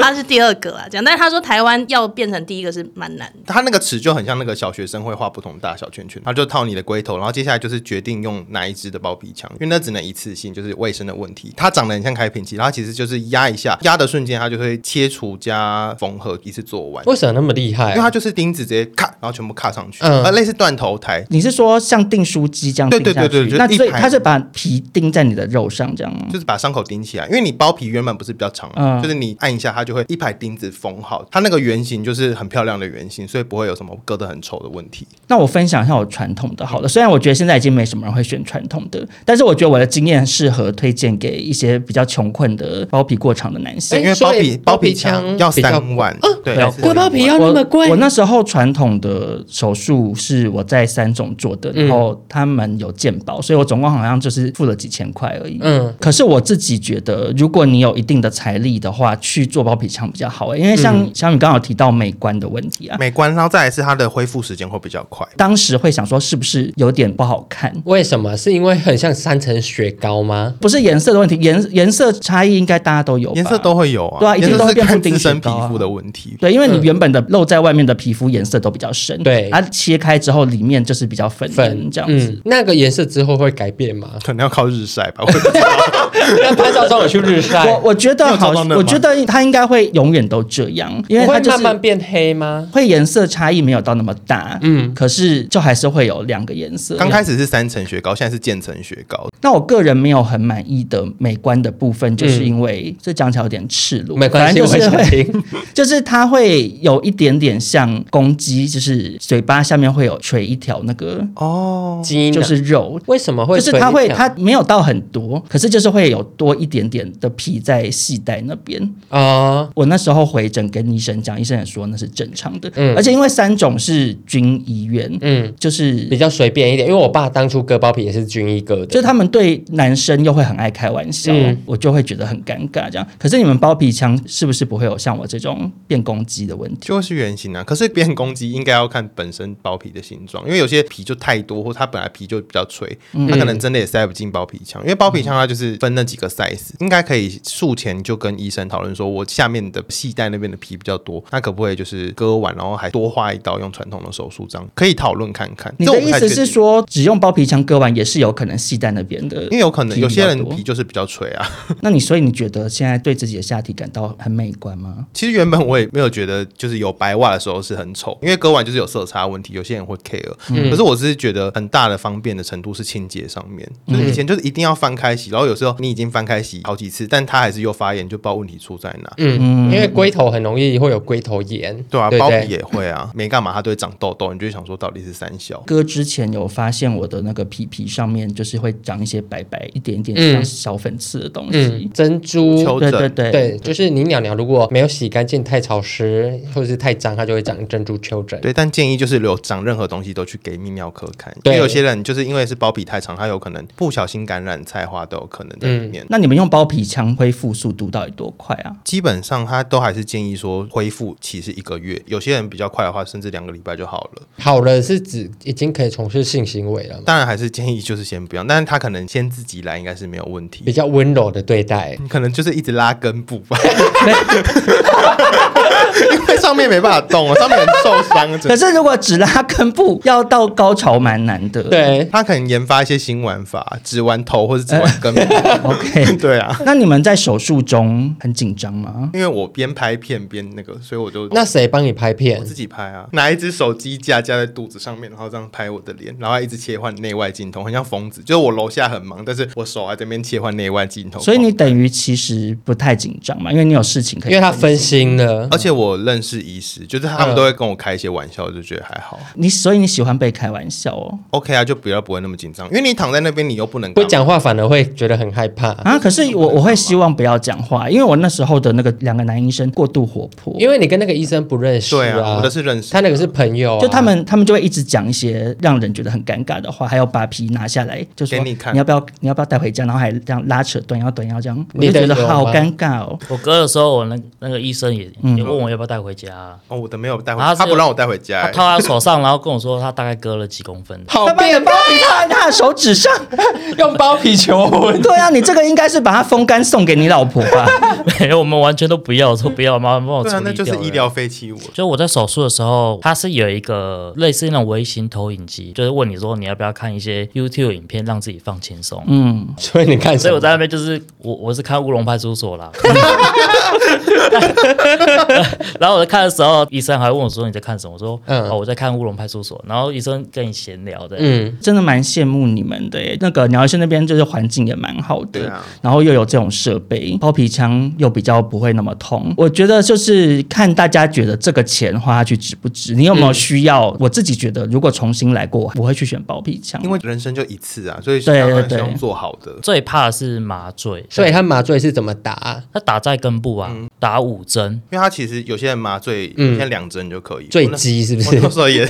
[SPEAKER 7] 他是第二个啊，这样。但是他说台湾要变成第一个是蛮难的。
[SPEAKER 6] 它那个尺就很像那个小学生会画不同大小圈圈，它就套你的龟头，然后接下来就是决定用哪一支的包皮枪，因为那只能一次性，就是卫生的问题。它长得很像开瓶器，然后其实就是压一下，压的瞬间它就会切除加缝合一次做完，
[SPEAKER 4] 为什么那么厉害
[SPEAKER 6] 因为它
[SPEAKER 4] 啊？
[SPEAKER 6] 就是钉子直接咔，然后全部卡上去，
[SPEAKER 4] 嗯
[SPEAKER 6] 呃，类似断头台。
[SPEAKER 1] 你是说像订书机这样
[SPEAKER 6] 对
[SPEAKER 1] 钉下去？
[SPEAKER 6] 对对对就是
[SPEAKER 1] 那
[SPEAKER 6] 一
[SPEAKER 1] 所以
[SPEAKER 6] 排
[SPEAKER 1] 它是把皮钉在你的肉上这样吗？
[SPEAKER 6] 就是把伤口钉起来，因为你包皮原本不是比较长嘛，
[SPEAKER 1] 嗯
[SPEAKER 6] 就是你按一下，它就会一排钉子缝好。它那个圆形就是很漂亮的圆形，所以不会有什么割得很丑的问题。
[SPEAKER 1] 那我分享一下我传统的好了，虽然我觉得现在已经没什么人会选传统的，但是我觉得我的经验适合推荐给一些比较穷困的包皮过长的男性。
[SPEAKER 4] 哎
[SPEAKER 6] 因为包
[SPEAKER 4] 所
[SPEAKER 6] 皮
[SPEAKER 4] 以包
[SPEAKER 6] 包皮
[SPEAKER 4] 皮
[SPEAKER 6] 枪
[SPEAKER 4] 枪
[SPEAKER 6] 要
[SPEAKER 4] 比较
[SPEAKER 6] 三万，呃对，
[SPEAKER 1] 对
[SPEAKER 6] 要
[SPEAKER 4] 割包皮要那么贵
[SPEAKER 1] 我？我那时候传统的手术是我在三种做的，
[SPEAKER 4] 嗯
[SPEAKER 1] 然后他们有健保，所以我总共好像就是付了几千块而已。
[SPEAKER 4] 嗯，
[SPEAKER 1] 可是我自己觉得，如果你有一定的财力的话，去做包皮枪比较好、欸，因为
[SPEAKER 4] 嗯
[SPEAKER 1] 像小米刚好提到美观的问题啊，
[SPEAKER 6] 美观，然后再来是它的恢复时间会比较快。
[SPEAKER 1] 当时会想说是不是有点不好看。
[SPEAKER 4] 为什么？是因为很像三层雪糕吗？
[SPEAKER 1] 不是颜色的问题，颜颜色差异应该大家都有吧，
[SPEAKER 6] 颜色都会有啊，
[SPEAKER 1] 对啊一定
[SPEAKER 6] 颜色
[SPEAKER 1] 都会
[SPEAKER 6] 是
[SPEAKER 1] 变
[SPEAKER 6] 看
[SPEAKER 1] 布丁
[SPEAKER 6] 自身
[SPEAKER 1] 雪
[SPEAKER 6] 皮
[SPEAKER 1] 糕啊
[SPEAKER 6] 肤的问题。？
[SPEAKER 1] 对，因为你原本的露在外面的皮肤颜色都比较深，
[SPEAKER 4] 嗯对
[SPEAKER 1] 它切开之后里面就是比较粉嫩
[SPEAKER 4] 粉
[SPEAKER 1] 这样子。
[SPEAKER 4] 嗯，那个颜色之后会改变吗
[SPEAKER 6] 可能要靠日晒吧，我也不知 道
[SPEAKER 4] 那潘少忠有去日晒
[SPEAKER 1] 我，我觉得
[SPEAKER 6] 你有
[SPEAKER 1] 好
[SPEAKER 6] 照到那，吗
[SPEAKER 1] 我觉得它应该会永远都这样，因为
[SPEAKER 4] 不
[SPEAKER 1] 它
[SPEAKER 4] 会
[SPEAKER 1] 就
[SPEAKER 4] 慢慢
[SPEAKER 1] 是。
[SPEAKER 4] 变黑吗？
[SPEAKER 1] 会颜色差异没有到那么大，嗯，可是就还是会有两个颜色。
[SPEAKER 6] 刚开始是三层雪糕，现在是渐层雪糕。
[SPEAKER 1] 那我个人没有很满意的美观的部分，就是因为、这讲起来有点赤裸，
[SPEAKER 4] 嗯没关系，
[SPEAKER 1] 反
[SPEAKER 4] 我
[SPEAKER 1] 正就是
[SPEAKER 4] 想
[SPEAKER 1] 会
[SPEAKER 4] 听。
[SPEAKER 1] 就是它会有一点点像公鸡，就是嘴巴下面会有垂一条那个，
[SPEAKER 6] 哦，
[SPEAKER 4] 基因啊
[SPEAKER 1] 就是肉。
[SPEAKER 4] 为什么会
[SPEAKER 1] 就是它
[SPEAKER 4] 垂
[SPEAKER 1] 会，
[SPEAKER 4] 一条
[SPEAKER 1] 它没有到很多，可是就是会有多一点点的皮在系带那边。
[SPEAKER 4] 啊，
[SPEAKER 1] 我那时候回诊跟医生讲，医生也说那是正常的，
[SPEAKER 6] 嗯
[SPEAKER 1] 而且因为三种是军医院，
[SPEAKER 4] 嗯
[SPEAKER 1] 就是
[SPEAKER 4] 比较随便一点，因为我爸当初割包皮也是军医割的，
[SPEAKER 1] 就是他们对男生又会很爱开玩笑，
[SPEAKER 4] 嗯
[SPEAKER 1] 我就会觉得很尴尬这样。可是你们包皮枪是不是不会有像我这种变攻击的问题？
[SPEAKER 6] 就是圆形啊。 可是变攻击应该要看本身包皮的形状，因为有些皮就太多，或它本来皮就比较脆，
[SPEAKER 1] 嗯
[SPEAKER 6] 它可能真的也塞不进包皮腔。因为包皮腔它就是分那几个 size，应该可以术前就跟医生讨论说，我下面的系带那边的皮比较多，那可不可以就是割完然后还多画一刀，用传统的手术这样可以讨论看看。
[SPEAKER 1] 你
[SPEAKER 6] 这
[SPEAKER 1] 的
[SPEAKER 6] 我不
[SPEAKER 1] 意
[SPEAKER 6] 太
[SPEAKER 1] 思
[SPEAKER 6] 确
[SPEAKER 1] 是
[SPEAKER 6] 定？
[SPEAKER 1] 说，只用包皮枪割完也是有可能系在那边的？
[SPEAKER 6] 因为有可能有些人
[SPEAKER 1] 比
[SPEAKER 6] 皮
[SPEAKER 1] 较
[SPEAKER 6] 就是比较脆啊，
[SPEAKER 1] 多，那你所以你觉得现在对自己的下体感到很美观吗？
[SPEAKER 6] 其实原本我也没有觉得，就是有白袜的时候是很丑，因为割完就是有色差问题，有些人会 care、可是我是觉得很大的方便的程度是清洁上面，就是以前就是一定要翻开洗，然后有时候你已经翻开洗好几次，但它还是又发炎，就不知道问题出在哪。
[SPEAKER 4] 嗯，因为龟头很容易会有龟头炎，
[SPEAKER 6] 对啊，
[SPEAKER 4] 不
[SPEAKER 6] 包皮也会啊，没干嘛它都会长痘痘，你就会想说到底是三小。
[SPEAKER 1] 割之前有发现我的那个皮皮上面就是会长一些白白一点点像
[SPEAKER 4] 嗯
[SPEAKER 1] 小粉刺的东
[SPEAKER 4] 嗯
[SPEAKER 1] 西，，
[SPEAKER 4] 珍珠。
[SPEAKER 6] 丘
[SPEAKER 1] 对
[SPEAKER 6] 疹
[SPEAKER 1] 对对
[SPEAKER 4] 对，就是你鸟鸟如果没有洗干净、太潮湿或者是太脏，它就会长珍珠丘疹。
[SPEAKER 6] 对，但建议就是有长任何东西都去给泌尿科看，因
[SPEAKER 4] 对
[SPEAKER 6] 为有些人就是因为是包皮太长，他有可能不小心感染菜花都有可能在里面。
[SPEAKER 1] 那你们用包皮枪恢复速度到底多快啊？
[SPEAKER 6] 基本上他都还是建议说恢复期是一个月，有些人比较快的话，甚至两个礼拜就好了。
[SPEAKER 4] 好了是指已经可以从事性行为了嘛，
[SPEAKER 6] 当然还是建议就是先不要，但是他可能先自己来应该是没有问
[SPEAKER 4] 比
[SPEAKER 6] 题。
[SPEAKER 4] 较温柔的对待。
[SPEAKER 6] 可能就是一直拉根部吧， 因为上面没办法动啊，上面很受伤。
[SPEAKER 1] 可是如果只拉根部，要到高潮蛮难的。
[SPEAKER 4] 对，
[SPEAKER 6] 他可能研发一些新玩法，只玩头或者只玩 根部。
[SPEAKER 4] 哎
[SPEAKER 1] ，OK。
[SPEAKER 6] 对啊，
[SPEAKER 1] 那你们在手术中很紧张吗？
[SPEAKER 6] 因为我边拍片边那个，所以我就
[SPEAKER 4] 那谁帮你拍片
[SPEAKER 6] 我？自己拍啊，拿一只手机架架在肚子上面，然后这样拍我的脸，然后一直切换内外镜头，很像疯子。就是我楼下很忙，但是我手还在那边切换内外镜头。
[SPEAKER 1] 所以你等于其实不太紧张嘛，因为你有事情可以。
[SPEAKER 4] 因为他分心了
[SPEAKER 6] 而。且我我认识医师，就是他们
[SPEAKER 4] 嗯
[SPEAKER 6] 都会跟我开一些玩笑，我就觉得还好。
[SPEAKER 1] 你所以你喜欢被开玩笑哦
[SPEAKER 6] OK 啊，就比较不会那么紧张，因为你躺在那边，你又不能
[SPEAKER 4] 不
[SPEAKER 6] 干嘛
[SPEAKER 4] 讲话反而会觉得很害怕，
[SPEAKER 1] 啊？可是我我会希望不要讲话，因为我那时候的那个两个男医生过度活泼，
[SPEAKER 4] 因为你跟那个医生不认识
[SPEAKER 6] 对啊，我的是认识
[SPEAKER 4] 他那个是朋友啊、
[SPEAKER 1] 就他们他们就会一直讲一些让人觉得很尴尬的话，还有把皮拿下来，就说
[SPEAKER 6] 给你看
[SPEAKER 1] 要不要你要不要带回家，然后还这样拉扯短腰短腰这样，我
[SPEAKER 4] 你
[SPEAKER 1] 就
[SPEAKER 4] 的
[SPEAKER 1] 觉得
[SPEAKER 4] 有
[SPEAKER 1] 好
[SPEAKER 4] 吗
[SPEAKER 1] 尴尬哦。
[SPEAKER 5] 我哥的时候，我那那个医生也
[SPEAKER 1] 嗯
[SPEAKER 5] 也问我要不要带回家啊，
[SPEAKER 6] 哦，我的没有带回
[SPEAKER 5] 啊
[SPEAKER 6] 去，
[SPEAKER 5] 是
[SPEAKER 6] 他不让我带回家、
[SPEAKER 5] 他
[SPEAKER 6] 欸。
[SPEAKER 5] 套在手上，然后跟我说他大概割了几公分。
[SPEAKER 4] 好
[SPEAKER 1] 他把你的包皮套在他的手指上，
[SPEAKER 4] 用包皮求 婚，
[SPEAKER 1] 对啊，你这个应该是把它风干送给你老婆吧？
[SPEAKER 5] 没哎有，我们完全都不要，我说不要，麻烦帮我处
[SPEAKER 6] 对 啊，那
[SPEAKER 5] 理
[SPEAKER 6] 就
[SPEAKER 5] 掉。
[SPEAKER 6] 是医疗。废弃物。
[SPEAKER 5] 就我在手术的时候，它是有一个类似那种微型投影机，就是问你说你要不要看一些 YouTube 影片，让自己放轻松。
[SPEAKER 1] 嗯，
[SPEAKER 4] 所以你看什
[SPEAKER 5] 所以我
[SPEAKER 4] 么？
[SPEAKER 5] 在那边就是我我是看乌龙派出所啦， 然后我在看的时候，医生还问我说你在看什么，我说、
[SPEAKER 4] 嗯
[SPEAKER 5] 哦我在看乌龙派出所，然后医生跟你闲聊的，
[SPEAKER 4] 嗯，
[SPEAKER 1] 真的蛮羡慕你们的耶。那个鸟医生那边就是环境也蛮好
[SPEAKER 6] 对
[SPEAKER 1] 的，
[SPEAKER 6] 啊，
[SPEAKER 1] 然后又有这种设备，包皮枪又比较不会那么痛。我觉得就是看大家觉得这个钱花下去值不值，你有没有需要？我自己觉得，如果重新来过，我会去选包皮枪，
[SPEAKER 6] 因为人生就一次啊，所以
[SPEAKER 1] 对
[SPEAKER 6] 当然是
[SPEAKER 1] 对
[SPEAKER 6] 要
[SPEAKER 1] 对
[SPEAKER 6] 做好的。
[SPEAKER 5] 最怕的是麻醉，
[SPEAKER 4] 所以他麻醉是怎么打？
[SPEAKER 5] 他打在根部啊，
[SPEAKER 6] 嗯
[SPEAKER 5] 打五针，
[SPEAKER 6] 因为他其实有些人麻醉，
[SPEAKER 4] 嗯
[SPEAKER 6] 现在两针就可以。
[SPEAKER 4] 坠
[SPEAKER 6] 我那
[SPEAKER 4] 机是不
[SPEAKER 6] 我
[SPEAKER 4] 是
[SPEAKER 6] 那？时候也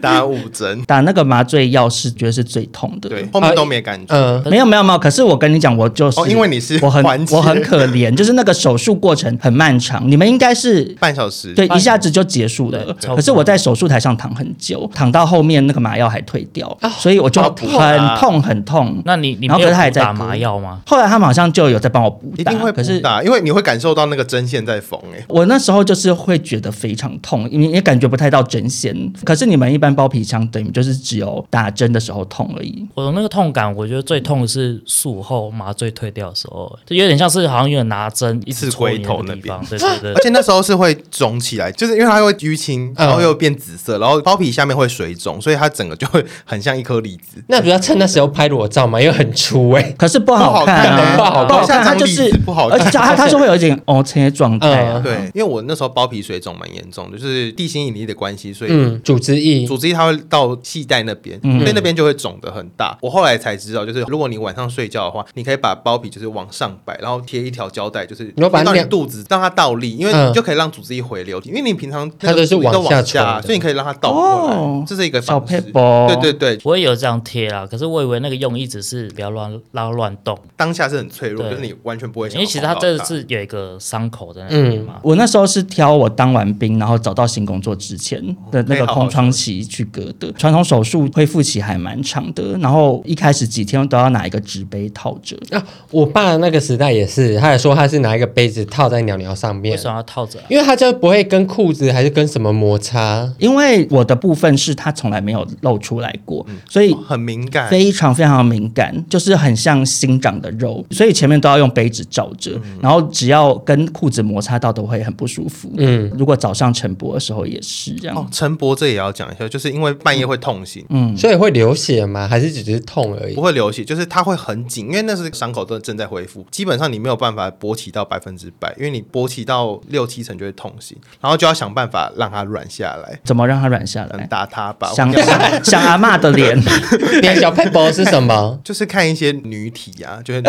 [SPEAKER 6] 打五 针，
[SPEAKER 1] 打那个麻醉药是觉得是最痛的。
[SPEAKER 6] 对，后面都没感觉。
[SPEAKER 4] 嗯，
[SPEAKER 1] 没有没有没有，可是我跟你讲，我呃就是、
[SPEAKER 6] 哦因为你是
[SPEAKER 1] 我很
[SPEAKER 6] 环切
[SPEAKER 1] 我很可怜，就是那个手术过程很漫长，你们应该是
[SPEAKER 6] 半小时，
[SPEAKER 1] 对，一下子就结束了。
[SPEAKER 5] 对
[SPEAKER 1] 可是我在手术台上躺很久，躺到后面那个麻药还退掉，所以我就
[SPEAKER 6] 啊好
[SPEAKER 1] 很
[SPEAKER 6] 痛啊
[SPEAKER 1] 痛很痛。
[SPEAKER 5] 那你你
[SPEAKER 1] 然
[SPEAKER 5] 没
[SPEAKER 1] 后
[SPEAKER 5] 有
[SPEAKER 1] 可是他也
[SPEAKER 5] 补
[SPEAKER 1] 在
[SPEAKER 5] 打
[SPEAKER 1] 哭
[SPEAKER 5] 麻药吗？
[SPEAKER 1] 后来他们好像就有在帮我补
[SPEAKER 6] 一
[SPEAKER 1] 打，
[SPEAKER 6] 定会
[SPEAKER 1] 可
[SPEAKER 6] 不
[SPEAKER 1] 是
[SPEAKER 6] 打，因为你会感受到那个针线在缝。哎，
[SPEAKER 1] 我那时候就是会觉得非常痛，你也感觉不太到针线。可是你们一般包皮枪等于就是只有打针的时候痛而已。
[SPEAKER 5] 我那个痛感，我觉得最痛的是术后麻醉退掉的时候，就有点像是好像有人拿针一直
[SPEAKER 6] 刺
[SPEAKER 5] 戳
[SPEAKER 6] 龟
[SPEAKER 5] 你那
[SPEAKER 6] 头
[SPEAKER 5] 个
[SPEAKER 6] 那
[SPEAKER 5] 地
[SPEAKER 6] 边
[SPEAKER 5] 方，对对对
[SPEAKER 6] 而。且那时候是会肿起来，就是因为它会淤青，
[SPEAKER 1] 嗯
[SPEAKER 6] 然后又变紫色，然后包皮下面会水肿，所以它整个就会很像一颗梨子。
[SPEAKER 4] 那不要趁那时候拍裸照嘛，因为很粗哎、
[SPEAKER 1] 可是不好看
[SPEAKER 6] 欸
[SPEAKER 1] 啊，
[SPEAKER 4] 不好看
[SPEAKER 1] 不好看，
[SPEAKER 6] 像
[SPEAKER 1] 它就是
[SPEAKER 6] 栗子不好
[SPEAKER 1] 而
[SPEAKER 6] 看
[SPEAKER 1] 且它它是会有一点哦切状态啊
[SPEAKER 4] 嗯。
[SPEAKER 6] 对，因为我那时候包皮水肿蛮严重的，就是地心引力的关系，所以
[SPEAKER 4] 嗯，组织意
[SPEAKER 6] 组织它会到系带那边，所以那边就会肿得很大。我后来才知道，就是如果你晚上睡觉的话，你可以把包皮就是往上摆，然后贴一条胶带，就是
[SPEAKER 4] 你要把它
[SPEAKER 6] 贴到你
[SPEAKER 4] 两
[SPEAKER 6] 肚子，让它倒立，因为
[SPEAKER 4] 嗯
[SPEAKER 6] 你就可以让组织一回流。因为你平常
[SPEAKER 4] 它都是
[SPEAKER 6] 往
[SPEAKER 4] 往下
[SPEAKER 6] 下，
[SPEAKER 4] 垂的
[SPEAKER 6] 所以你可以让它倒过
[SPEAKER 1] 哦
[SPEAKER 6] 来，这是一个方式
[SPEAKER 1] 小哦 paper
[SPEAKER 6] 对对对，
[SPEAKER 5] 我也有这样贴啊啦，可是我以为那个用意只是不要乱拉乱动，
[SPEAKER 6] 当下是很脆弱，
[SPEAKER 5] 对
[SPEAKER 6] 就是你完全不会想要
[SPEAKER 5] 因为
[SPEAKER 6] 碰
[SPEAKER 5] 其
[SPEAKER 6] 到
[SPEAKER 5] 实它
[SPEAKER 6] 它
[SPEAKER 5] 真的是有一个伤口在那
[SPEAKER 4] 嗯
[SPEAKER 5] 边嘛。
[SPEAKER 1] 我那时候是挑我当完兵，然后找到新工作之前的那个空窗期去割的。传统手术恢复期还蛮长的，然后一开始几天都要拿一个纸杯套着，
[SPEAKER 4] 啊，我爸那个时代也是，他还说他是拿一个杯子套在鸟鸟上
[SPEAKER 5] 为
[SPEAKER 4] 面，
[SPEAKER 5] 什么要套着、啊？
[SPEAKER 4] 因为他就不会跟裤子还是跟什么摩擦。
[SPEAKER 1] 因为我的部分是它从来没有露出来过，所以
[SPEAKER 6] 哦很敏感，
[SPEAKER 1] 非常非常敏感，就是很像新长的肉，所以前面都要用杯子罩着，然后只要跟裤子摩擦到都会很不舒服。嗯，如果早上晨勃的时候也是这样。
[SPEAKER 6] 哦，陈伯这也要讲一下，就是因为半夜会痛醒，
[SPEAKER 1] 嗯，
[SPEAKER 4] 所以会流血吗？还是只是痛而已
[SPEAKER 6] 不？会流血，就是它会很紧，因为那是伤口正正在恢复，基本上你没有办法勃起到百分之百，因为你勃起到六七成就会痛醒，然后就要想办法让它软下来，
[SPEAKER 1] 怎么让它软下
[SPEAKER 6] 可能
[SPEAKER 1] 来？
[SPEAKER 6] 打它吧，
[SPEAKER 1] 想
[SPEAKER 6] 或者？
[SPEAKER 1] 想想阿嬷的脸。
[SPEAKER 4] 你的小佩伯是什么
[SPEAKER 6] 就是看一些女体啊，就是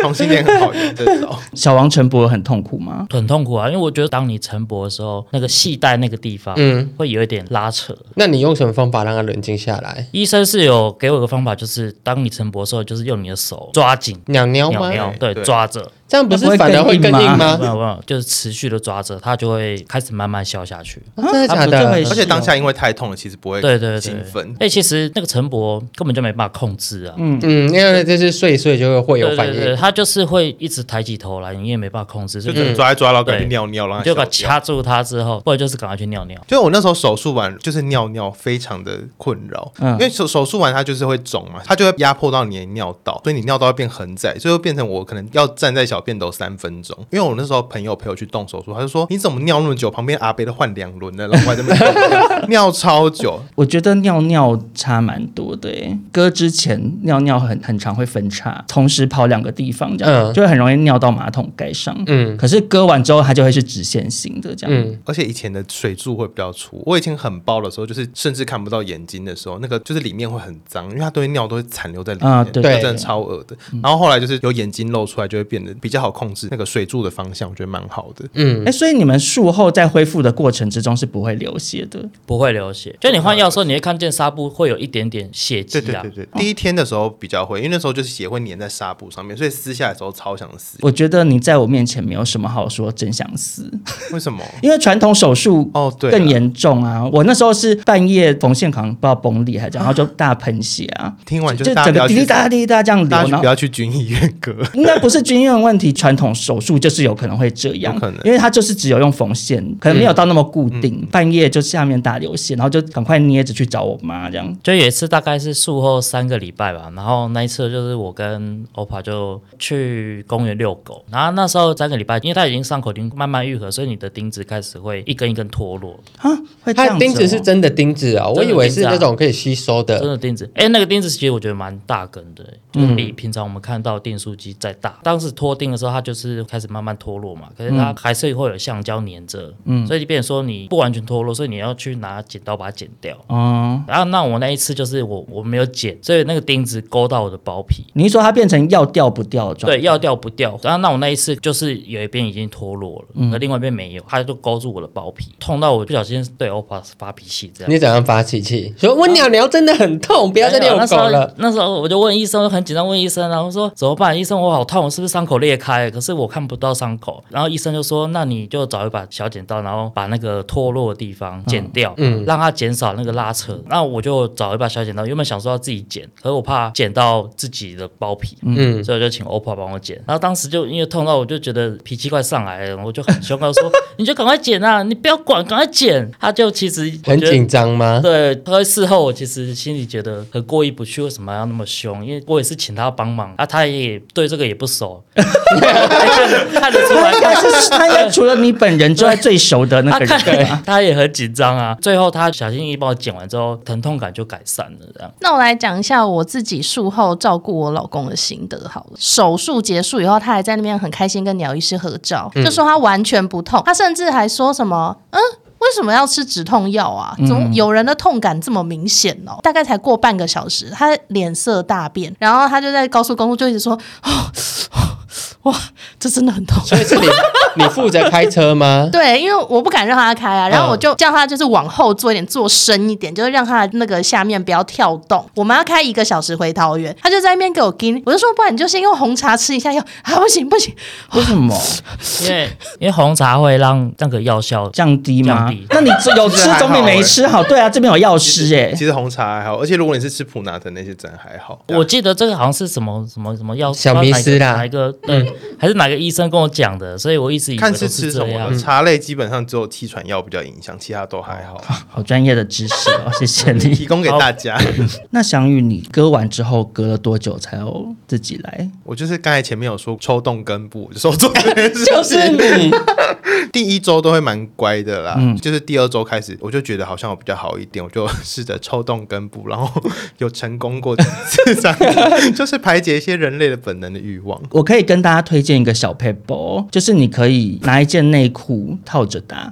[SPEAKER 6] 同性恋很好用这 种，
[SPEAKER 1] 小王晨勃很痛苦吗？
[SPEAKER 5] 很痛苦啊，因为我觉得当你晨勃的时候，那个系带那个地方，
[SPEAKER 4] 嗯
[SPEAKER 5] 会有一点拉扯。
[SPEAKER 4] 那你用什么方法让他冷静下来？
[SPEAKER 5] 医生是有给我一个方法，就是当你晨勃的时候，就是用你的手抓紧
[SPEAKER 4] 鸟鸟
[SPEAKER 5] 尿
[SPEAKER 4] 吗？啊
[SPEAKER 5] 尿，对，
[SPEAKER 6] 对
[SPEAKER 5] 抓着，
[SPEAKER 4] 这样不
[SPEAKER 1] 那
[SPEAKER 4] 是
[SPEAKER 1] 不会
[SPEAKER 4] 反而会
[SPEAKER 1] 更
[SPEAKER 4] 更
[SPEAKER 1] 硬吗
[SPEAKER 4] 硬吗
[SPEAKER 5] 没？有没有，就是持续的抓着，它就会开始慢慢消下去。
[SPEAKER 4] 啊真的
[SPEAKER 1] 它
[SPEAKER 4] 假
[SPEAKER 1] 不
[SPEAKER 4] 的？
[SPEAKER 1] 会
[SPEAKER 6] 而且当下因为太痛了，其实不会
[SPEAKER 5] 哦对对对，
[SPEAKER 6] 兴奋。
[SPEAKER 5] 哎，其实那个晨勃根本就没办法控制啊，嗯，
[SPEAKER 4] 嗯，因为就是睡一睡就会会有
[SPEAKER 5] 对
[SPEAKER 4] 反
[SPEAKER 5] 对对，
[SPEAKER 4] 应。
[SPEAKER 5] 它就是会一直抬起头来，你也没办法控制，所
[SPEAKER 6] 就
[SPEAKER 5] 以
[SPEAKER 6] 只能
[SPEAKER 5] 你
[SPEAKER 6] 抓一抓，然后赶紧
[SPEAKER 5] 嗯对
[SPEAKER 6] 尿尿，然后
[SPEAKER 5] 就把它
[SPEAKER 6] 掐。
[SPEAKER 5] 掐住它之后，或者就是赶快去尿尿。
[SPEAKER 6] 就我那时候手术完，就是尿尿非常的困扰，
[SPEAKER 1] 嗯
[SPEAKER 6] 因为手手术完它就是会肿嘛，它就会压迫到你的尿道，所以你尿道会变很窄，所以会变成我可能要站在小便斗三分钟，因为我那时候朋友陪我去动手术，他就说你怎么尿那么久？旁边阿伯都换两轮了，然后我还在那边 尿超久，
[SPEAKER 1] 我觉得尿尿差蛮多的耶，割之前尿尿很很常会分叉，同时跑两个地方，这样、
[SPEAKER 4] 嗯
[SPEAKER 1] 就会很容易尿到马桶盖上。
[SPEAKER 4] 嗯
[SPEAKER 1] 可是割完之后，它就会是直线型的这样。
[SPEAKER 4] 嗯，
[SPEAKER 6] 而且以前的水柱会比较粗，我以前很包的时候，就是甚至看不到眼睛的时候，那个就是里面会很脏，因为它都会尿都会残留在里面，
[SPEAKER 1] 啊对
[SPEAKER 6] 就
[SPEAKER 4] 对
[SPEAKER 6] 真的超恶的。然后后来就是有眼睛露出来，就会变得比较好控制那个水柱的方向，我觉得蛮好的。
[SPEAKER 1] 哎、所以你们术后在恢复的过程之中是不会流血的，
[SPEAKER 5] 不会流血。就你换药的时候，你会看见纱布会有一点点血迹
[SPEAKER 6] 对对
[SPEAKER 5] 啊
[SPEAKER 6] 对。对，嗯第一天的时候比较会，因为那时候就是血会粘在纱布上面，所以撕下来的时候超想撕。
[SPEAKER 1] 我觉得你在我面前没有什么好说，真想死，
[SPEAKER 6] 为什么？
[SPEAKER 1] 因为传统手术
[SPEAKER 6] 哦对啊
[SPEAKER 1] 更严重啊。我那时候是半夜缝线扛不知道崩裂还是怎样，然后就大喷血啊，
[SPEAKER 6] 听完就
[SPEAKER 1] 就是
[SPEAKER 6] 大家
[SPEAKER 1] 整
[SPEAKER 6] 不
[SPEAKER 1] 个
[SPEAKER 6] 要
[SPEAKER 1] 滴滴
[SPEAKER 6] 去，
[SPEAKER 1] 答滴滴答这样流，
[SPEAKER 6] 大
[SPEAKER 1] 然
[SPEAKER 6] 家
[SPEAKER 1] 后
[SPEAKER 6] 不要去军医院割。
[SPEAKER 1] 应该不是军用问题，传统手术就是有可能会这样，
[SPEAKER 6] 有可能
[SPEAKER 1] 因为它就是只有用缝线，可能没有到那么固定。半夜就下面大流血，然后就赶快捏着去找我妈这样。
[SPEAKER 5] 就有一次大概是术后三个礼拜吧，然后那一次就是我跟 OPA 就去公园遛狗，然后那时候三个礼拜，因为它已经伤口已经慢慢愈合，所以你的钉子开始会一根一根脱落，
[SPEAKER 1] 啊，会这
[SPEAKER 4] 它
[SPEAKER 1] 样
[SPEAKER 4] 钉子
[SPEAKER 1] 哦
[SPEAKER 4] 是真的钉子啊，我
[SPEAKER 5] 真的
[SPEAKER 4] 以为是
[SPEAKER 5] 钉子啊
[SPEAKER 4] 那种可以吸收
[SPEAKER 5] 真
[SPEAKER 4] 的。
[SPEAKER 5] 的钉子。哎、那个钉子其实我觉得蛮大根的、就是比平常我们看到订书机再大。当时脱钉的时候，它就是开始慢慢脱落嘛，可是它还是会有橡胶粘着，嗯，所以变成说你不完全脱落，所以你要去拿剪刀把它剪掉。
[SPEAKER 1] 哦。
[SPEAKER 5] 然后那我那一次就是我我没有剪，所以那个钉子勾到我的包皮，
[SPEAKER 1] 你一说它变成要掉不掉的状态？
[SPEAKER 5] 对，要掉不掉。然后那我那一次就是有一边已经脱落了，那、另外一边没有，它就勾住我的包皮，痛到我不小心对 OPPO 发脾气这样。
[SPEAKER 4] 你怎样发脾气？说我鸟鸟真的很痛，不要再遛
[SPEAKER 5] 哎那时
[SPEAKER 4] 狗
[SPEAKER 5] 候
[SPEAKER 4] 了。
[SPEAKER 5] 那时候我就问医生，很紧张问医生，然后说怎么办？医生，我好痛，我是不是伤口裂开了？可是我看不到伤口。然后医生就说，那你就找一把小剪刀，然后把那个脱落的地方剪掉，嗯，让它减少那个拉扯。那我就找一把小剪刀，原本想说要自己剪，可是我怕剪到自己的包皮，
[SPEAKER 4] 嗯，
[SPEAKER 5] 所以我就请 OPPO 帮我剪。然后当时就因为痛到我就觉得脾气快上来了，我就很凶跟他说：“ 你就赶快剪啊，你不要管，赶快剪。”他就其实我
[SPEAKER 4] 很
[SPEAKER 5] 觉得
[SPEAKER 4] 紧张吗？
[SPEAKER 5] 对，他事后我其实心里觉得很过意不去，为什么要那么凶？因为我也是请他帮忙，啊，他也对这个也不熟， 看得看得出来，
[SPEAKER 1] 应该 是他应该除了你本人之外最熟的那
[SPEAKER 5] 他
[SPEAKER 1] 个
[SPEAKER 5] 啊看得
[SPEAKER 1] 人吧。
[SPEAKER 4] 啊
[SPEAKER 5] 出来 他也很紧张啊。最后他小心翼翼帮我剪完之后，疼痛感就改善了，这样。
[SPEAKER 8] 那我来讲一下我自己术后照顾我老公的心得好了。手术结束以后，他还在那边很开心跟鸟医师合照，就说他完全不痛，他甚至还说什么嗯。为什么要吃止痛药啊？怎么有人的痛感这么明显哦？大概才过半个小时，他脸色大变，然后他就在高速公路就一直说：“ 哦，哦哇，这真的很 痛。”
[SPEAKER 4] 所以是你你负责开车吗？
[SPEAKER 8] 对，因为我不敢让他开啊，然后我
[SPEAKER 4] 嗯
[SPEAKER 8] 就叫他就是往后坐一点，坐深一点，就是让他的那个下面不要跳动。我们要开一个小时回桃园，他就在那边给我盯，我就说不然你就先用红茶吃一下药啊，不行不行，
[SPEAKER 1] 为什么
[SPEAKER 5] 因为因为红茶会让那个药效
[SPEAKER 1] 降低吗
[SPEAKER 5] 降低？
[SPEAKER 1] 那你有吃总比没吃好。对啊，这边有药师哎
[SPEAKER 6] 其，实红茶还好，而且如果你是吃普拿疼那些真的还好。
[SPEAKER 5] 我记得这个好像是什么什么什么药
[SPEAKER 4] 小迷思啦嗯
[SPEAKER 5] 哪一个对，还是哪个医生跟我讲的，所以我一直以为
[SPEAKER 6] 看
[SPEAKER 5] 都
[SPEAKER 6] 是
[SPEAKER 5] 是
[SPEAKER 6] 吃
[SPEAKER 5] 这
[SPEAKER 6] 什
[SPEAKER 5] 样嗯
[SPEAKER 6] 么，。茶类基本上只有气喘药比较影响，其他都还好。
[SPEAKER 1] 好专业的知识哦，谢谢
[SPEAKER 6] 提
[SPEAKER 1] 你。
[SPEAKER 6] 供给大家。
[SPEAKER 1] 那翔宇，你割完之后隔了多久才有自己来？
[SPEAKER 6] 我就是刚才前面有说抽动根部，我就说做这件事
[SPEAKER 4] 就是你，
[SPEAKER 6] 第一周都会蛮乖的啦，就是第二周开始，我就觉得好像我比较好一点，我就试着抽动根部，然后有成功过几次，这样子就是排解一些人类的本能的欲望。
[SPEAKER 1] 我可以跟大家推荐一个小 paper，就是你可以拿一件内裤套着打，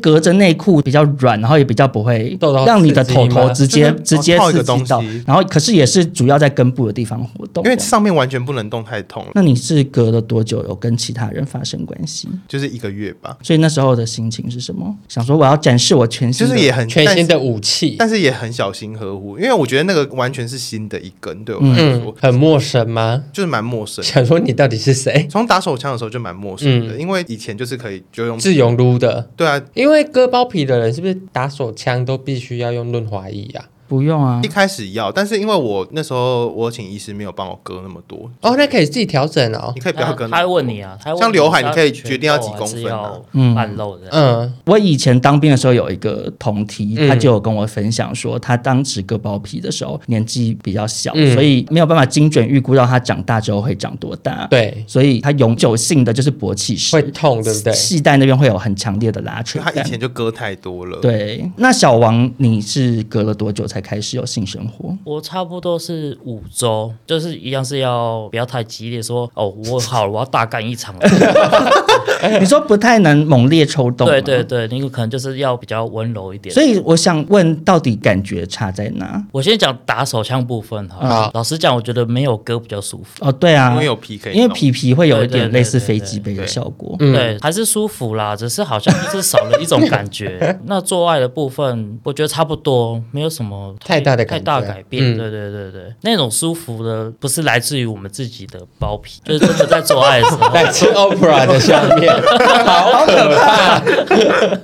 [SPEAKER 1] 隔着内裤比较软，然后也比较不会
[SPEAKER 4] 受到
[SPEAKER 1] 让你的
[SPEAKER 4] 刺激吗
[SPEAKER 1] 头头直接
[SPEAKER 6] 就是
[SPEAKER 1] 直接
[SPEAKER 6] 哦套一
[SPEAKER 1] 刺
[SPEAKER 6] 个
[SPEAKER 1] 激到
[SPEAKER 6] 东西，
[SPEAKER 1] 然后可是也是主要在根部的地方活动。
[SPEAKER 6] 因为上面完全不能动，太痛了，
[SPEAKER 1] 那你是隔了多久有跟其他人发生关系？
[SPEAKER 6] 就是一个月吧，
[SPEAKER 1] 所以那时候的心情是什么？想说我要展示我全
[SPEAKER 6] 就
[SPEAKER 1] 新的，
[SPEAKER 6] 是也很
[SPEAKER 4] 全新
[SPEAKER 6] 但
[SPEAKER 4] 的
[SPEAKER 6] 是
[SPEAKER 4] 武器，
[SPEAKER 6] 但是也很小心呵护，因为我觉得那个完全是新的一根，对我来说、
[SPEAKER 4] 嗯，很陌生吗？
[SPEAKER 6] 就是蛮陌生的。
[SPEAKER 4] 想说你到底是谁？
[SPEAKER 6] 从打手枪的时候就蛮陌生的，因为以前就是可以就用
[SPEAKER 4] 自由撸的，
[SPEAKER 6] 对啊，
[SPEAKER 4] 因为割包皮的人是不是打手枪都必须要用润滑液啊？
[SPEAKER 1] 不用啊
[SPEAKER 6] 一，开始要，但是因为我那时候我请医师没有帮我割那么多，
[SPEAKER 4] 哦，那可以自己调整哦
[SPEAKER 6] 你。可以不要割那么多。
[SPEAKER 5] 他会问你啊，他会问
[SPEAKER 6] 像刘海
[SPEAKER 5] 你
[SPEAKER 6] 你
[SPEAKER 5] 要
[SPEAKER 6] 可以
[SPEAKER 5] 全
[SPEAKER 6] 决定要
[SPEAKER 5] 露
[SPEAKER 6] 几
[SPEAKER 5] 还
[SPEAKER 6] 公
[SPEAKER 5] 是
[SPEAKER 6] 分啊
[SPEAKER 5] 要
[SPEAKER 1] 嗯
[SPEAKER 5] 半露的。
[SPEAKER 4] 嗯，
[SPEAKER 1] 我以前当兵的时候有一个同梯，
[SPEAKER 4] 嗯
[SPEAKER 1] 他就有跟我分享说，他当时割包皮的时候年纪比较小，
[SPEAKER 4] 嗯
[SPEAKER 1] 所以没有办法精准预估到他长大之后会长多大。，
[SPEAKER 4] 对，
[SPEAKER 1] 所以他永久性的就是勃起
[SPEAKER 4] 会
[SPEAKER 1] 时，
[SPEAKER 4] 痛，对不对？
[SPEAKER 1] 系带那边会有很强烈的拉扯
[SPEAKER 6] 就他
[SPEAKER 1] 感。
[SPEAKER 6] 以前就割太多了。，
[SPEAKER 1] 对，那小王你是隔了多久才开始有性生 活？
[SPEAKER 5] 我差不多是五周，就是一样是要不要太激烈，说哦，我好了，我要大干一场了。
[SPEAKER 1] 你说不太能猛烈抽动，啊
[SPEAKER 5] 对对。对，你可能就是要比较温柔一点。
[SPEAKER 1] 所以我想问，到底感觉差在哪？
[SPEAKER 5] 我先讲打手枪部分哈。
[SPEAKER 4] 好
[SPEAKER 5] 老实讲，我觉得没有割比较舒服。
[SPEAKER 1] 哦，对啊，
[SPEAKER 6] 因为有皮可以弄，
[SPEAKER 1] 因为皮皮会有一
[SPEAKER 5] 对对
[SPEAKER 1] 点
[SPEAKER 5] 对
[SPEAKER 1] 类似
[SPEAKER 5] 对
[SPEAKER 1] 飞
[SPEAKER 5] 对
[SPEAKER 1] 机杯的效果。
[SPEAKER 4] 嗯
[SPEAKER 5] 对，还是舒服啦，只是好像就是少了一种感 觉。那做爱的部分，我觉得差不多，没有什么
[SPEAKER 4] 太大的感觉
[SPEAKER 5] 太大改变。
[SPEAKER 4] 嗯。
[SPEAKER 5] 对对对对，那种舒服的不是来自于我们自己的包皮，就是真的在做爱的时候
[SPEAKER 4] 在吃 Opera 的下 面，好可怕！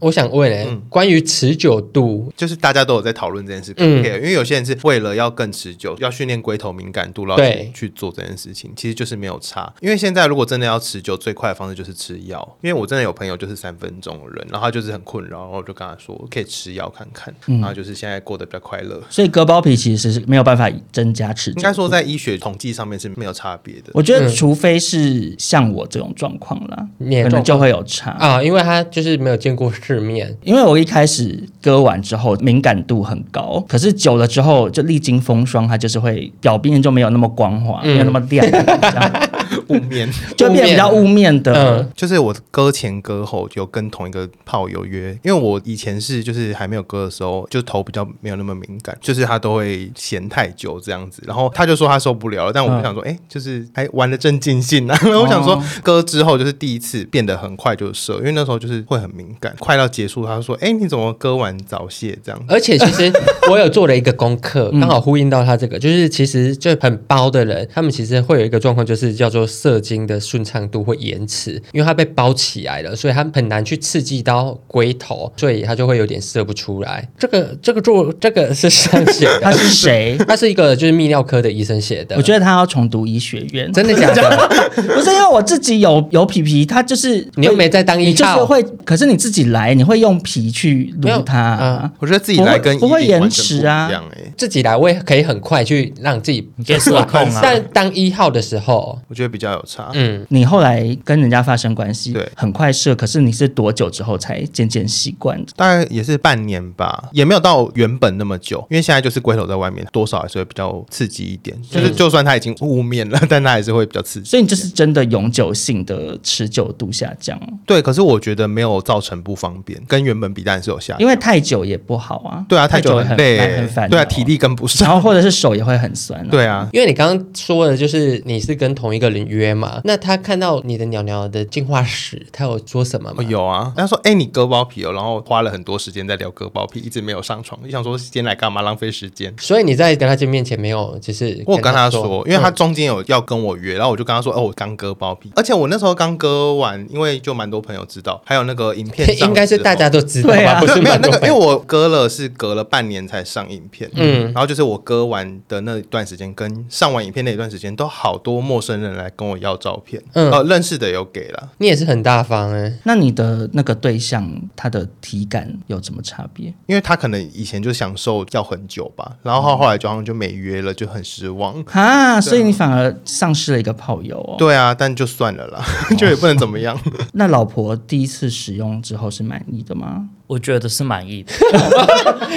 [SPEAKER 4] 我想问哎、关于持久度，
[SPEAKER 6] 就是大家都有在讨论这件事，
[SPEAKER 4] 嗯
[SPEAKER 6] 嗯，因为有些人是为了要更持久，要训练龟头敏感度，然后
[SPEAKER 4] 对
[SPEAKER 6] 去去做这件事情，其实就是没有差。因为现在如果真的要持久，最快的方式就是吃药。因为我真的有朋友就是三分钟的人，然后他就是很困扰，然后我就跟他说可以吃药看看，
[SPEAKER 4] 嗯
[SPEAKER 6] 然后就是现在过得比较快乐。
[SPEAKER 1] 所以割包皮其实是没有办法增加持久。
[SPEAKER 6] 应该说，在医学统计上面是没有差别的。
[SPEAKER 1] 我觉
[SPEAKER 4] 嗯
[SPEAKER 1] 得除非是像我这种状况啦，
[SPEAKER 4] 你也
[SPEAKER 1] 可
[SPEAKER 4] 状
[SPEAKER 1] 能
[SPEAKER 4] 况
[SPEAKER 1] 就会有差。
[SPEAKER 4] 啊，因为他就是没有见过世面，
[SPEAKER 1] 因为我一开始割完之后敏感度很高，可是久了之后就历经风霜，它就是会表面就没有那么光滑，
[SPEAKER 4] 嗯
[SPEAKER 1] 没有那么亮，这 样
[SPEAKER 6] 雾面
[SPEAKER 1] 就变比较雾面的。
[SPEAKER 6] 就是我割前割后有跟同一个炮友约，因为我以前是就是还没有割的时候，就头比较没有那么敏感，就是他都会嫌太久这样子，然后他就说他受不了了，但我
[SPEAKER 1] 嗯哦
[SPEAKER 6] 就想说，哎、就是还玩的正尽兴啊，然 后我想说割之后就是第一次变得很快就射，因为那时候就是会很敏感，快到结束他就说，哎、你怎么割完早泄这样？
[SPEAKER 1] 呃
[SPEAKER 4] 而且其 实我有做了一个功课，
[SPEAKER 1] 嗯
[SPEAKER 4] 刚好呼应到他这个，就是其实就很包的人，他们其实会有一个状况，就是叫做射精的顺畅度会延迟，因为它被包起来了，所以它很难去刺激到龟头，所以它就会有点射不出来。这个这个做这个是上写
[SPEAKER 1] 他
[SPEAKER 4] 的，
[SPEAKER 1] 是 谁？
[SPEAKER 4] 他是一个就是泌尿科的医生写的，
[SPEAKER 1] 我觉得他要重读医学院，
[SPEAKER 4] 真的假的？
[SPEAKER 1] 不是因为我自己有有皮皮，他就是
[SPEAKER 4] 你又没在当
[SPEAKER 1] 你
[SPEAKER 4] 一
[SPEAKER 1] 就是
[SPEAKER 4] 号，
[SPEAKER 1] 会，可是你自己来，你会用皮去撸它
[SPEAKER 4] 呃
[SPEAKER 1] 啊。
[SPEAKER 6] 我觉得自己来跟
[SPEAKER 1] 不会
[SPEAKER 6] 一定完
[SPEAKER 1] 不会
[SPEAKER 6] 全
[SPEAKER 1] 延
[SPEAKER 6] 不
[SPEAKER 1] 迟啊
[SPEAKER 6] 一样哎、诶
[SPEAKER 4] 自己来，我也可以很快去让自己
[SPEAKER 5] 你可以失控啊
[SPEAKER 4] 但当一号的时候，
[SPEAKER 6] 我觉得比较有差。
[SPEAKER 4] 嗯，
[SPEAKER 1] 你后来跟人家发生关系，
[SPEAKER 6] 对
[SPEAKER 1] 很快射，可是你是多久之后才渐渐习惯的？
[SPEAKER 6] 大概也是半年吧，也没有到原本那么久，因为现在就是龟头在外面，多少还是会比较刺激一点。就是就算它已经雾面了， 但它还是会比较刺激。
[SPEAKER 1] 所以你这是真的永久性的持久度下降，
[SPEAKER 6] 对，可是我觉得没有造成不方便，跟原本比当然是有下降。
[SPEAKER 1] 因为太久也不好啊。
[SPEAKER 6] 啊对啊，太久
[SPEAKER 1] 也很
[SPEAKER 6] 累、
[SPEAKER 1] 很烦，哦
[SPEAKER 6] 对啊，体。力跟不
[SPEAKER 1] 然
[SPEAKER 6] 上。
[SPEAKER 1] 后或者是手也会很酸、啊。，
[SPEAKER 6] 对啊，
[SPEAKER 4] 因为你刚刚说的就是你是跟同一个人约嘛，那他看到你的鸟鸟的进化史，他有说什么吗？
[SPEAKER 6] 哦、有啊，他说：“哎、你割包皮哦。”然后花了很多时间在聊割包皮，一直没有上床。就想说今天来干嘛？浪费时间。
[SPEAKER 4] 所以你在跟他见面前没有，就是
[SPEAKER 6] 我有跟他
[SPEAKER 4] 说嗯
[SPEAKER 6] 说，，因为他中间有要跟我约，然后我就跟他说：“哦，我刚割包皮，而且我那时候刚割完，因为就蛮多朋友知道，还有那个影片上市的
[SPEAKER 4] 应该是大家都知道
[SPEAKER 1] 对
[SPEAKER 4] 吧？
[SPEAKER 1] 啊
[SPEAKER 4] 不是
[SPEAKER 6] 没有
[SPEAKER 4] 蛮
[SPEAKER 6] 那
[SPEAKER 4] 多
[SPEAKER 6] 个，因为
[SPEAKER 4] 朋友
[SPEAKER 6] 我割了是隔了半年才上影片，
[SPEAKER 4] 嗯
[SPEAKER 6] 嗯，然后就是我割完的那段时间跟上完影片那一段时间，都好多陌生人来跟我要照片，
[SPEAKER 4] 嗯
[SPEAKER 6] 嗯，呃，认识的有给了，
[SPEAKER 4] 你也是很大方哎、
[SPEAKER 1] 那你的那个对象他的体感有什么差别？
[SPEAKER 6] 因为他可能以前就享受要很久吧，然后他后来就好像就没约了，就很失望。
[SPEAKER 1] 啊，所以你反而丧失了一个炮友哦。
[SPEAKER 6] 对啊，但就算了啦， 就也不能怎么样。
[SPEAKER 1] 那老婆第一次使用之后是满意的吗？
[SPEAKER 5] 我觉得是满意的，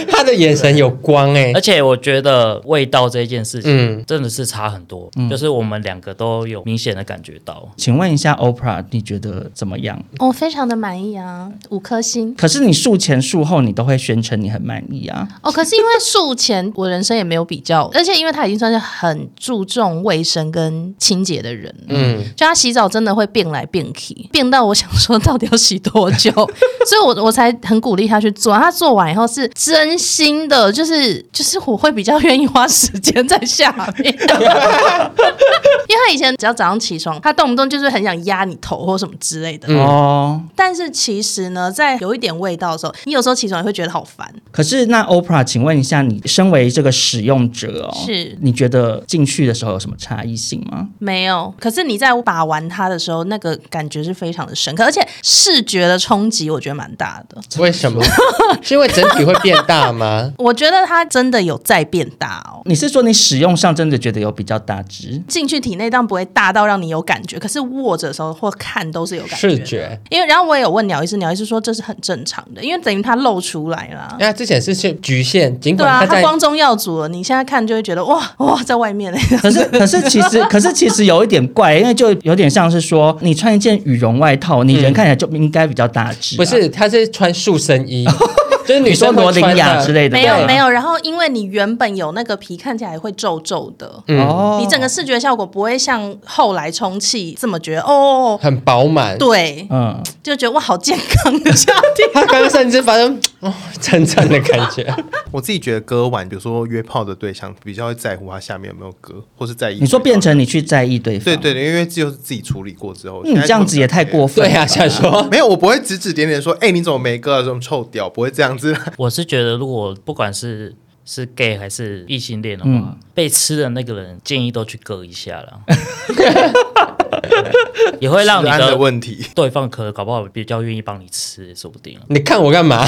[SPEAKER 4] 他的眼神有光哎、
[SPEAKER 5] 而且我觉得味道这件事
[SPEAKER 4] 嗯
[SPEAKER 5] 情真的是差很多，就是我们两个都有明显的感觉到。
[SPEAKER 1] 请问一下 Oprah，你觉得怎么样？
[SPEAKER 8] 我非常的满意啊，五颗星。
[SPEAKER 1] 可是你术前术后你都会宣称你很满意啊，
[SPEAKER 8] 哦，可是因为术前我人生也没有比较，而且因为他已经算是很注重卫生跟清洁的人，嗯，就他 洗澡真的会变来变去，变到我想说到底要洗多久，所以我我才很鼓励他去做，他做完以后是真心的，就是就是我会比较愿意花时间在下面， 因为他以前只要早上起床，他动不动就是很想压你头或什么之类的。
[SPEAKER 1] 哦，
[SPEAKER 8] 但是其实呢，在有一点味道的时候，你有时候起床也会觉得好烦。
[SPEAKER 1] 可是那 Oprah，请问一下，你身为这个使用者哦，
[SPEAKER 8] 是
[SPEAKER 1] 你觉得进去的时候有什么差异性吗？
[SPEAKER 8] 没有，可是你在把玩它的时候，那个感觉是非常的深刻，而且视觉的冲击我觉得蛮大的。
[SPEAKER 4] 为什么？是因为整体会变大 吗？
[SPEAKER 8] 我觉得它真的有在变大哦。
[SPEAKER 1] 你是说你使用上真的觉得有比较大值？
[SPEAKER 8] 进去体内当然不会大到让你有感觉，可是握着的时候或看都是有感觉。
[SPEAKER 4] 视觉。
[SPEAKER 8] 因为然后我也有问鸟医师，鸟医师说这是很正常的，因为等于它露出来啦。
[SPEAKER 4] 那之前是限局限，尽
[SPEAKER 8] 对
[SPEAKER 4] 管
[SPEAKER 8] 啊，
[SPEAKER 4] 他
[SPEAKER 8] 它
[SPEAKER 4] 在
[SPEAKER 8] 光宗耀祖了，你现在看就会觉得哇哇在外面嘞。
[SPEAKER 1] 可是， 可是其实，可是其实有一点怪，因为就有点像是说，你穿一件羽绒外套，你人看起来就应该比较大只、
[SPEAKER 4] 不？是他是穿束身衣，就是女
[SPEAKER 1] 你说
[SPEAKER 4] 生
[SPEAKER 1] 罗
[SPEAKER 4] 会
[SPEAKER 1] 琳
[SPEAKER 4] 穿
[SPEAKER 1] 雅
[SPEAKER 4] 的
[SPEAKER 1] 之类的，
[SPEAKER 8] 没有
[SPEAKER 1] 对
[SPEAKER 8] 没有，然后因为你原本有那个皮，看起来会皱皱的，
[SPEAKER 4] 嗯
[SPEAKER 1] 哦，
[SPEAKER 8] 你整个视觉效果不会像后来充气这么觉得哦，
[SPEAKER 4] 很饱满。
[SPEAKER 8] 对，
[SPEAKER 1] 嗯，
[SPEAKER 8] 就觉得哇好健康的夏天。
[SPEAKER 4] 他刚刚甚至发 生哦阵阵的感觉，
[SPEAKER 6] 我自己觉得割完，比如说约炮的对象，比较会在乎他下面有没有割，或是在意。
[SPEAKER 1] 你说变。成你去在意对方，
[SPEAKER 6] 对对对，因为就是自己处理过之后，
[SPEAKER 1] 嗯，你这样子也太过分
[SPEAKER 4] 对
[SPEAKER 1] 了吧。
[SPEAKER 4] 啊，想说
[SPEAKER 6] 没有，我不会指指点点说，哎、你怎么没割啊？这种臭屌，不会 这样子。
[SPEAKER 5] 我是觉得，如果不管是是 gay 还是异性恋的话，
[SPEAKER 1] 嗯
[SPEAKER 5] 被吃的那个人建议都去割一下了， 也会让你
[SPEAKER 6] 治安的
[SPEAKER 5] 的
[SPEAKER 6] 问题，
[SPEAKER 5] 对方可能搞不好比较愿意帮你吃，也说不定。
[SPEAKER 4] 你看我干 嘛？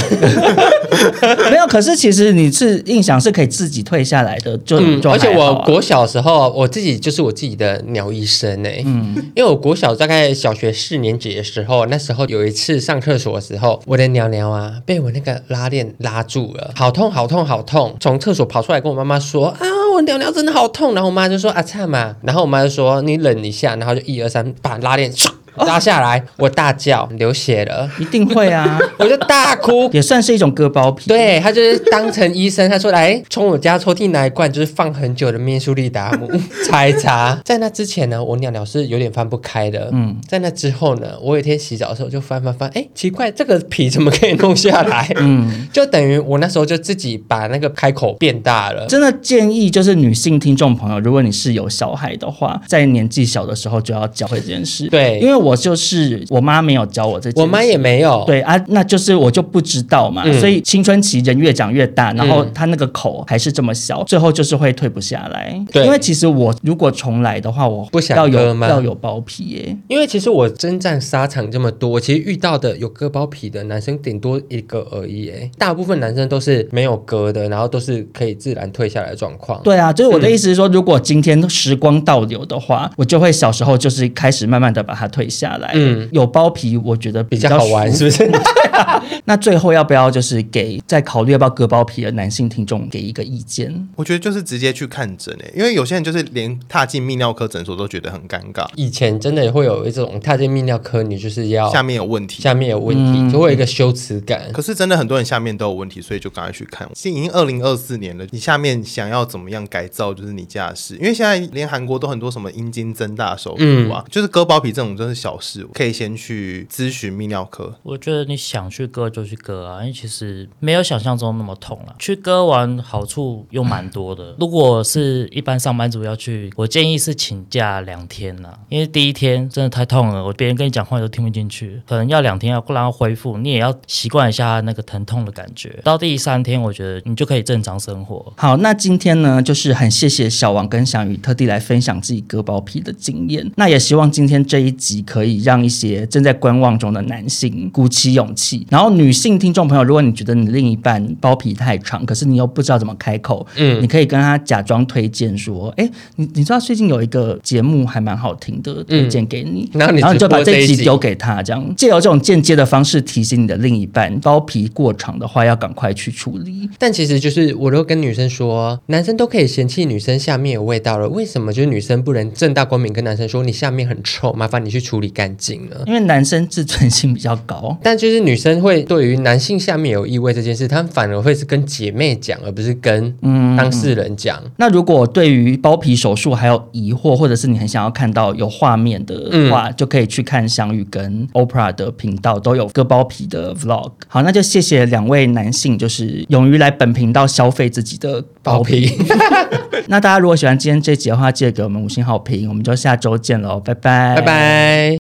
[SPEAKER 1] 没有，可是其实你是印象是可以自己退下来的，就、
[SPEAKER 4] 嗯，
[SPEAKER 1] 就还
[SPEAKER 4] 而且
[SPEAKER 1] 好
[SPEAKER 4] 我
[SPEAKER 1] 啊
[SPEAKER 4] 国小时候，我自己就是我自己的鸟医生哎、嗯，因为我国小大概小学四年级的时候，那时候有一次上厕所的时候，我的鸟鸟啊被我那个拉链拉住了，好痛好痛好痛，从厕所跑出来跟我妈妈说啊，我鸟鸟真的好痛，然后我妈就说啊差嘛，然后我妈就说你忍一下，然后就一二三把拉链唰拉下来，我大叫流血了，
[SPEAKER 1] 一定会啊，
[SPEAKER 4] 我就大哭。
[SPEAKER 1] 也算是一种割包皮。
[SPEAKER 4] 对他就是当成医生，他说来从我家抽屉拿一罐，就是放很久的面舒利达 姆擦一擦。在那之前呢，我尿尿是有点翻不开的。嗯，在那之后呢，我有一天洗澡的时候就翻翻翻，哎，奇怪，这个皮怎么可以弄下来？嗯，就等于我那时候就自己把那个开口变大了。
[SPEAKER 1] 真的建议就是女性听众朋友，如果你是有小孩的话，在年纪小的时候就要教会这件事。
[SPEAKER 4] 对
[SPEAKER 1] 因为我就是我妈没有教我这件事，
[SPEAKER 4] 我妈也没有，
[SPEAKER 1] 对啊，那就是我就不知道嘛，
[SPEAKER 4] 嗯
[SPEAKER 1] 所以青春期人越长越大，然后他那个口还是这么小，最后就是会退不下来。
[SPEAKER 4] 对
[SPEAKER 1] 因为其实我如果重来的话，我
[SPEAKER 4] 不想
[SPEAKER 1] 要
[SPEAKER 4] 割
[SPEAKER 1] 有
[SPEAKER 4] 吗
[SPEAKER 1] 要有包皮耶、
[SPEAKER 4] 因为其实我征战沙场这么多，我其实遇到的有割包皮的男生顶多一个而已，哎，大部分男生都是没有割的，然后都是可以自然退下来的状况。
[SPEAKER 1] 对啊，就是我
[SPEAKER 4] 嗯
[SPEAKER 1] 的意思是说，如果今天时光倒流的话，我就会小时候就是开始慢慢的把它退下来。
[SPEAKER 4] 嗯
[SPEAKER 1] 嗯，有包皮，我觉得比
[SPEAKER 4] 比较好玩，
[SPEAKER 1] 舒
[SPEAKER 4] 是不是？
[SPEAKER 1] 服那最后要不要就是给在考虑要不要割包皮的男性听众给一个意见？
[SPEAKER 6] 我觉得就是直接去看诊诶、因为有些人就是连踏进泌尿科诊所都觉得很尴尬，
[SPEAKER 4] 以前真的会有一种踏进泌尿科，你就是要
[SPEAKER 6] 下面有问题。
[SPEAKER 4] 下面有问题，就会有一个羞耻感。
[SPEAKER 6] 可是真的很多人下面都有问题，所以就赶快去看。现在已经二零二四年了，你下面想要怎么样改造，就是你家的事。因为现在连韩国都很多什么阴茎增大手术啊，就是割包皮这种真是小事，可以先去咨询泌尿科。
[SPEAKER 5] 我觉得你想去割就去割啊，因为其实没有想象中那么痛了、去割完好处又蛮多的。如果是一般上班族要去，我建议是请假两天啦、因为第一天真的太痛了，我别人跟你讲话都听不进去，可能要两天要让它恢复，你也要习惯一下那个疼痛的感觉。到第三天，我觉得你就可以正常生活。
[SPEAKER 1] 好，那今天呢，就是很谢谢小王跟小雨特地来分享自己割包皮的经验。那也希望今天这一集可以让一些正在观望中的男性鼓起勇气。然后女性听众朋友，如果你觉得你另一半包皮太长，可是你又不知道怎么开口，嗯，你可以跟他假装推荐说，哎，你你知道最近有一个节目还蛮好听的，推荐给你，
[SPEAKER 4] 然后嗯你
[SPEAKER 1] 然后你
[SPEAKER 4] 直
[SPEAKER 1] 就把
[SPEAKER 4] 播这
[SPEAKER 1] 这
[SPEAKER 4] 一
[SPEAKER 1] 一集
[SPEAKER 4] 集
[SPEAKER 1] 丢给他，这样借由这种间接的方式提醒你的另一半，包皮过长的话要赶快去处理。
[SPEAKER 4] 但其实就是，我都跟女生说，男生都可以嫌弃女生下面有味道了，为什么就是女生不能正大光明跟男生说你下面很臭，麻烦你去处处理干净了。
[SPEAKER 1] 因为男生自尊心比较高，
[SPEAKER 4] 但就是女生会对于男性下面有异味这件事，她们反而会是跟姐妹讲，而不是跟当事人讲。
[SPEAKER 1] 那如果对于包皮手术还有疑惑，或者是你很想要看到有画面的话，就可以去看香玉跟 OPRA 的频道，都有割包皮的 Vlog。好，那就谢谢两位男性，就是勇于来本频道消费自己的包
[SPEAKER 4] 包
[SPEAKER 1] 皮。
[SPEAKER 4] 皮，哎
[SPEAKER 1] 那大家如果喜欢今天这集的话，记得给我们五星好评，我们就下周见喽，拜拜，
[SPEAKER 4] 拜。拜。